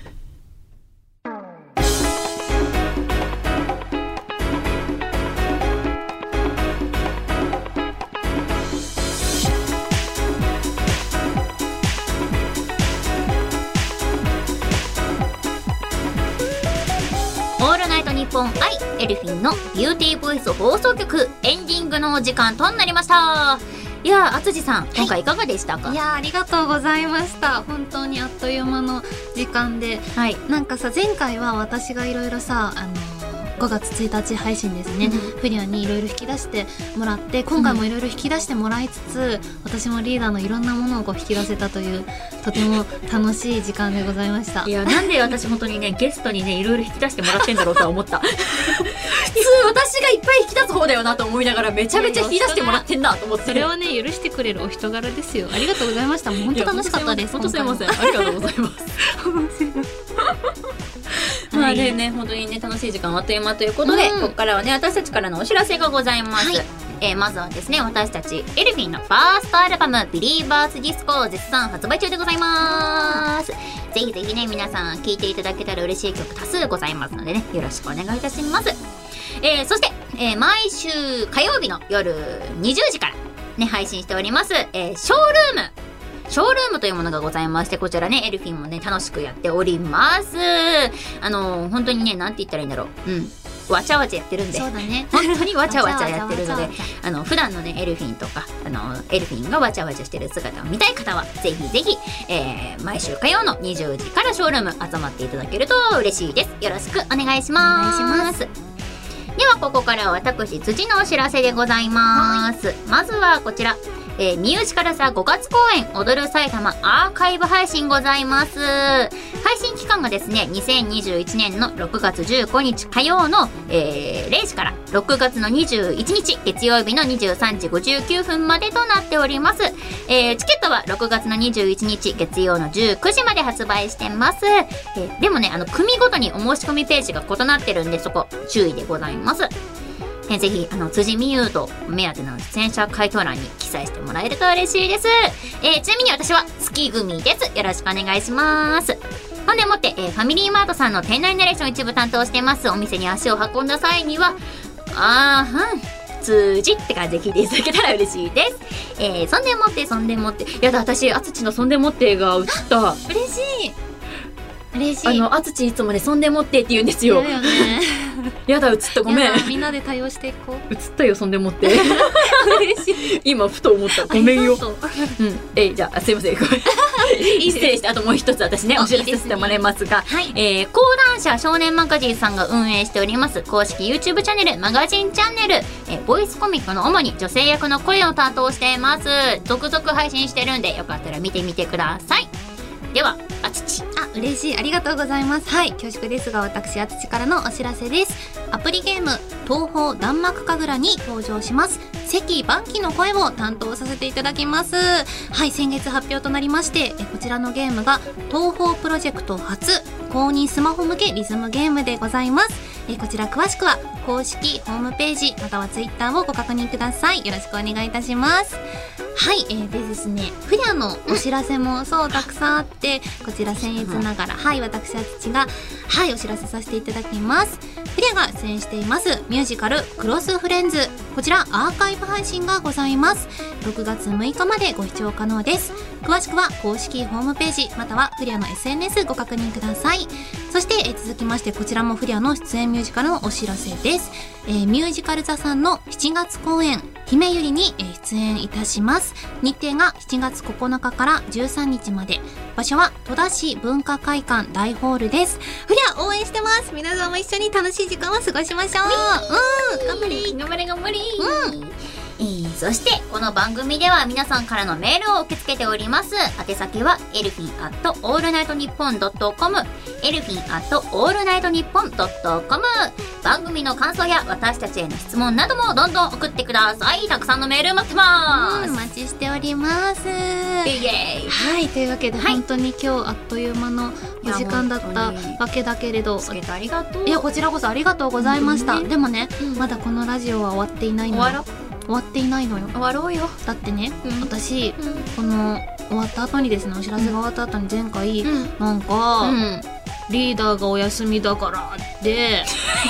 [SPEAKER 1] オールナイトニッポン愛エルフィンのビューティーボイス放送局エンディングのお時間となりましたいやーあつじさん今回いかがでしたか、
[SPEAKER 2] いやーありがとうございました。本当にあっという間の時間で。
[SPEAKER 1] はい
[SPEAKER 2] なんかさ、前回は私がいろいろさ、あのー5月1日配信ですね、フリアにいろいろ引き出してもらって今回もいろいろ引き出してもらいつつ、私もリーダーのいろんなものをこう引き出せたというとても楽しい時間でございました
[SPEAKER 1] いやなんで私本当にねゲストにねいろいろ引き出してもらってんだろうとは思った普通私がいっぱい引き出す方だよなと思いながらめちゃめちゃ引き出してもらってんなと思って
[SPEAKER 2] それをね許してくれるお人柄ですよありがとうございましたもう本当楽しかったです
[SPEAKER 3] 本当すいません
[SPEAKER 2] 今
[SPEAKER 3] 本当すいませんありがとうございます
[SPEAKER 1] ま
[SPEAKER 2] は
[SPEAKER 1] あ
[SPEAKER 2] い
[SPEAKER 1] でね、本当にね、楽しい時間あっという間ということで、
[SPEAKER 2] うん
[SPEAKER 1] ここからはね、私たちからのお知らせがございます。
[SPEAKER 2] はい
[SPEAKER 1] えーまずはですね、私たち、エルフィンのファーストアルバム、ビリーバースディスコを絶賛発売中でございます。ぜひぜひね、皆さん聴いていただけたら嬉しい曲多数ございますのでね、よろしくお願いいたします。えーそして、えー毎週火曜日の夜20時から、ね、配信しております、えーショールーム。ショールームというものがございまして、こちらね、エルフィンもね、楽しくやっております。あのー、本当にね、なんて言ったらいいんだろう。うん。わちゃわちゃやってるんで。
[SPEAKER 2] 回そう
[SPEAKER 1] 本
[SPEAKER 2] だね
[SPEAKER 1] 当にわちゃわちゃやってるの
[SPEAKER 2] わちゃわ
[SPEAKER 1] で
[SPEAKER 2] ちゃわちゃわちゃ、
[SPEAKER 1] あの、普段のね、エルフィンとか、あの、エルフィンがわちゃわちゃしてる姿を見たい方は、ぜひぜひ、えー、毎週火曜の20時からショールーム集まっていただけると嬉しいです。よろしくお願いします。
[SPEAKER 2] お願いします
[SPEAKER 1] ではここからは私辻のお知らせでございます、まずはこちら、えー、ミュージカルさ5月公演踊る埼玉アーカイブ配信ございます配信期間がですね2021年の6月15日火曜の、えー0時から6月の21日月曜日の23時59分までとなっております、えーチケットは6月の21日月曜の19時まで発売してます、えーでもねあの組ごとにお申し込みページが異なってるんでそこ注意でございますえーぜひ、あの、辻美優と目当ての出演者回答欄に記載してもらえると嬉しいです。えーちなみに私は月組です。よろしくお願いします。ほんでもって、えーファミリーマートさんの店内ナレーション一部担当してますお店に足を運んだ際には、あーはん、辻って感じで聞いていただけたら嬉しいです。えーそんでもって、そんでもって、やだ、私、あつちのそんでもってが映った。
[SPEAKER 2] 嬉しい嬉しい
[SPEAKER 3] あのあつちいつもねそんでもってって言うんですよ
[SPEAKER 2] だよね
[SPEAKER 3] やだ映ったごめん
[SPEAKER 2] やだみんなで対応していこう
[SPEAKER 3] 映ったよそんでもって
[SPEAKER 2] 嬉しい
[SPEAKER 3] 今ふと思ったごめんよ
[SPEAKER 2] ありが、とう
[SPEAKER 3] うん、えーじゃあすいませんこれ失礼してあともう一つ私ね
[SPEAKER 1] あ
[SPEAKER 3] お知らせさせてもらいますが
[SPEAKER 1] はい。
[SPEAKER 3] えー
[SPEAKER 1] 講談社少年マガジンさんが運営しております公式 YouTube チャンネルマガジンチャンネル、えーボイスコミックの主に女性役の声を担当しています続々配信してるんでよかったら見てみてくださいではあちち
[SPEAKER 2] あ、嬉しい。ありがとうございます。はい。恐縮ですが、私、あつちからのお知らせです。アプリゲーム、東宝弾幕神楽に登場します。関晩期の声を担当させていただきます。はい。先月発表となりまして、えこちらのゲームが、東宝プロジェクト初、公認スマホ向けリズムゲームでございます。えこちら詳しくは、公式ホームページ、またはツイッターをご確認ください。よろしくお願いいたします。はい、えー、でですね、フリアのお知らせもそうたくさんあって、こちら僭越ながら、はい、私は父が、はい、お知らせさせていただきます。フリアが出演しています、ミュージカル、クロスフレンズ。こちら、アーカイブ配信がございます。6月6日までご視聴可能です。詳しくは、公式ホームページ、またはフリアの SNS ご確認ください。そして、えー続きまして、こちらもフリアの出演ミュージカルのお知らせです。えーミュージカル座さんの7月公演、姫ゆりにえー出演いたします。日程が7月9日から13日まで。場所は戸田市文化会館大ホールです。フリア応援してます皆さんも一緒に楽しい時間を過ごしましょううん頑張れ
[SPEAKER 1] 頑張れ頑張れ、えーそしてこの番組では皆さんからのメールを受け付けております宛先はエルフィンアットオールナイトニッポンドットコムエルフィンアットオールナイトニッポンドットコム番組の感想や私たちへの質問などもどんどん送ってくださいたくさんのメール待ってま
[SPEAKER 2] うんお
[SPEAKER 1] す、
[SPEAKER 2] 待ちしております
[SPEAKER 1] イエイ
[SPEAKER 2] はい、というわけで、
[SPEAKER 1] はい
[SPEAKER 2] 本当に今日あっという間のお時間だっ
[SPEAKER 1] い
[SPEAKER 2] た
[SPEAKER 1] や本当に
[SPEAKER 2] わけだけれど、
[SPEAKER 1] 助けてありがとう
[SPEAKER 2] いや、こちらこそありがとうございました。
[SPEAKER 1] 本当にね
[SPEAKER 2] でもね、
[SPEAKER 1] うん
[SPEAKER 2] まだこのラジオは終わっていないの
[SPEAKER 1] 終わろ
[SPEAKER 2] 終終わっていないのよ
[SPEAKER 3] 終わろうよ。
[SPEAKER 2] だってね、
[SPEAKER 3] うん
[SPEAKER 2] 私
[SPEAKER 3] うん。
[SPEAKER 2] この終わった後にですねお知らせが終わった後に前回、
[SPEAKER 3] うん。
[SPEAKER 2] なんか、
[SPEAKER 3] うん。
[SPEAKER 2] リーダーがお休みだから って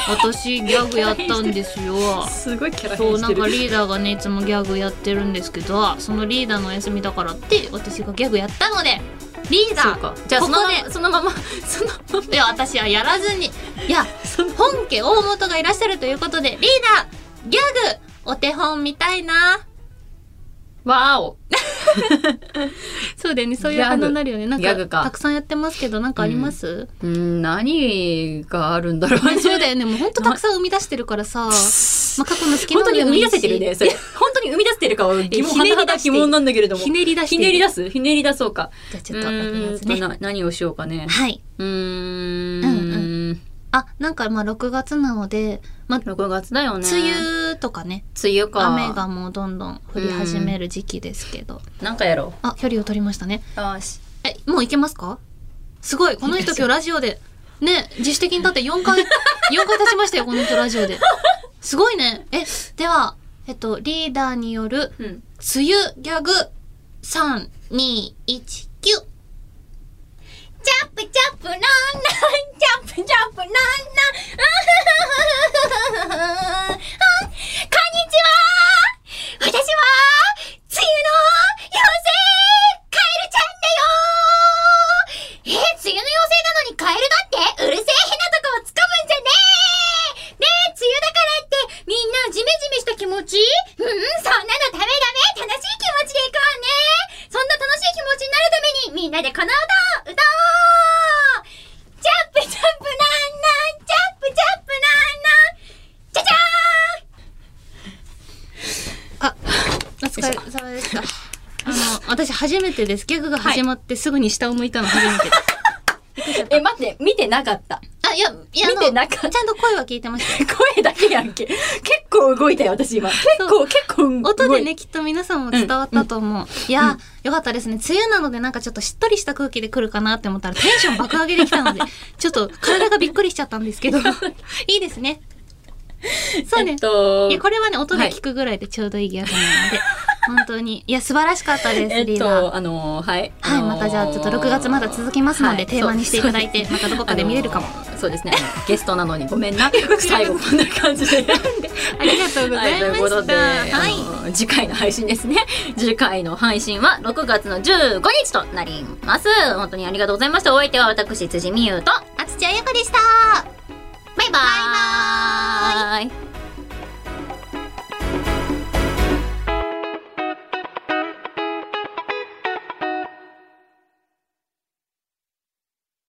[SPEAKER 2] 私ギャグやったんですよ
[SPEAKER 3] すごいキャラ
[SPEAKER 2] そう
[SPEAKER 3] 変し
[SPEAKER 2] な
[SPEAKER 3] て
[SPEAKER 2] ん
[SPEAKER 3] る
[SPEAKER 2] かリーダーがねいつもギャグやってるんですけどそのリーダーのお休みだからって私がギャグやったのでリー
[SPEAKER 3] そう
[SPEAKER 2] ダ
[SPEAKER 3] か
[SPEAKER 2] ー
[SPEAKER 3] じゃあ
[SPEAKER 2] こ
[SPEAKER 3] そ
[SPEAKER 2] こ
[SPEAKER 3] のま
[SPEAKER 2] で
[SPEAKER 3] まそのままそのまま
[SPEAKER 2] いや私はやらずにいや本家大元がいらっしゃるということでリーダーギャグお手本みたいな
[SPEAKER 3] わお
[SPEAKER 2] そうだよねそういう
[SPEAKER 3] ギャ
[SPEAKER 2] 反
[SPEAKER 3] グ
[SPEAKER 2] 応になるよねなん
[SPEAKER 3] ギ
[SPEAKER 2] か
[SPEAKER 3] ャグか
[SPEAKER 2] たくさんやってますけどなんかあります、
[SPEAKER 3] うん何があるんだろう
[SPEAKER 2] ね
[SPEAKER 3] ね
[SPEAKER 2] そうだよねもうほんとたくさん生み出してるからさ、まあ、過去の好きな
[SPEAKER 3] 本当
[SPEAKER 2] の
[SPEAKER 3] に
[SPEAKER 2] で
[SPEAKER 3] 生
[SPEAKER 2] もい
[SPEAKER 3] み
[SPEAKER 2] いし
[SPEAKER 3] 出せてるねそれ本当に生み出してるかは疑問
[SPEAKER 2] ひねり出して
[SPEAKER 3] 甚だ疑問なんだけれども
[SPEAKER 2] ひねり出して
[SPEAKER 3] ひねり出すひねり出そうか
[SPEAKER 2] じゃあち
[SPEAKER 3] う
[SPEAKER 2] ょっと
[SPEAKER 3] ーんと
[SPEAKER 2] ね
[SPEAKER 3] な何をしようかね
[SPEAKER 2] はい。
[SPEAKER 3] うー
[SPEAKER 2] うん
[SPEAKER 3] ん
[SPEAKER 2] あ、なんかまあ6月なので、まあ、
[SPEAKER 3] 6月だよね
[SPEAKER 2] 梅雨とかね、
[SPEAKER 3] 梅雨か
[SPEAKER 2] 雨がもうどんどん降り始める時期ですけど。
[SPEAKER 3] なんかやろ
[SPEAKER 2] あ、距離を取りましたね。
[SPEAKER 3] うよし
[SPEAKER 2] え、もう行けますかすごい、この人今日ラジオで、ね、自主的にだって4回、4回 経ちましたよ、この人ラジオで。すごいね。え、では、えっと、リーダーによる、
[SPEAKER 3] うん
[SPEAKER 2] 梅雨ギャグ、3、2、1、9。
[SPEAKER 1] チャップチャップランランチャップチャップランランあははははははこんにちは私は梅雨の妖精カエルちゃんだよえー、梅雨の妖精なのにカエルだってうるせえ変なとこをつかむんじゃねえねえ、梅雨だからってみんなジメジメした気持ちうん、そんなのダメダメ楽しい気持ちでいこうねそんな楽しい気持ちになるためにみんなでこの歌を歌おうチャップチャップランランチャップチャップランランじゃじゃーん
[SPEAKER 2] あ、お疲れ様でした。あの、私初めてです。ギャグが始まってすぐに下を向いたの初めてです。
[SPEAKER 3] え待って見てなかった
[SPEAKER 2] あ、いや、いや、あ
[SPEAKER 3] 見てな
[SPEAKER 2] の、
[SPEAKER 3] かっ
[SPEAKER 2] ちゃ
[SPEAKER 3] た
[SPEAKER 2] んと声は聞いてましたよ。
[SPEAKER 3] 声だけやんけ結構動いたよ私今結構結構動い
[SPEAKER 2] 音でね、きっと皆さんも伝わったと思う。いや、よかったですね。梅雨なのでなんかちょっとしっとりした空気で来るかなって思ったらテンション爆上げできたの で、ちょっと体がびっくりしちゃったんですけど、いいですね。そうね。
[SPEAKER 3] えっと
[SPEAKER 2] いや、これはね、音で聞くぐらいでちょうどいいギャグなので、 本当に。いや、素晴らしかったです、
[SPEAKER 3] え
[SPEAKER 2] リ
[SPEAKER 3] っ
[SPEAKER 2] ーダー。
[SPEAKER 3] と、あのーはい。
[SPEAKER 2] はい、またじゃあちょっと6月まだ続きますので、
[SPEAKER 3] はい
[SPEAKER 2] テーマにしていただいて、またどこかで見れるかも。
[SPEAKER 3] あのーそうですね。あのゲストなのにごめんな。最後こんな感じで。
[SPEAKER 2] ありがとうござ
[SPEAKER 3] はい、
[SPEAKER 2] い
[SPEAKER 3] と
[SPEAKER 2] ま
[SPEAKER 3] いう
[SPEAKER 2] し
[SPEAKER 3] ことで、
[SPEAKER 2] た。は
[SPEAKER 3] あ
[SPEAKER 2] い。
[SPEAKER 3] のー次回の配信ですね。次回の配信は6月の15日となります。本当にありがとうございました。お相手は私、辻美優と、
[SPEAKER 1] あつちあやかでしたバイバーイ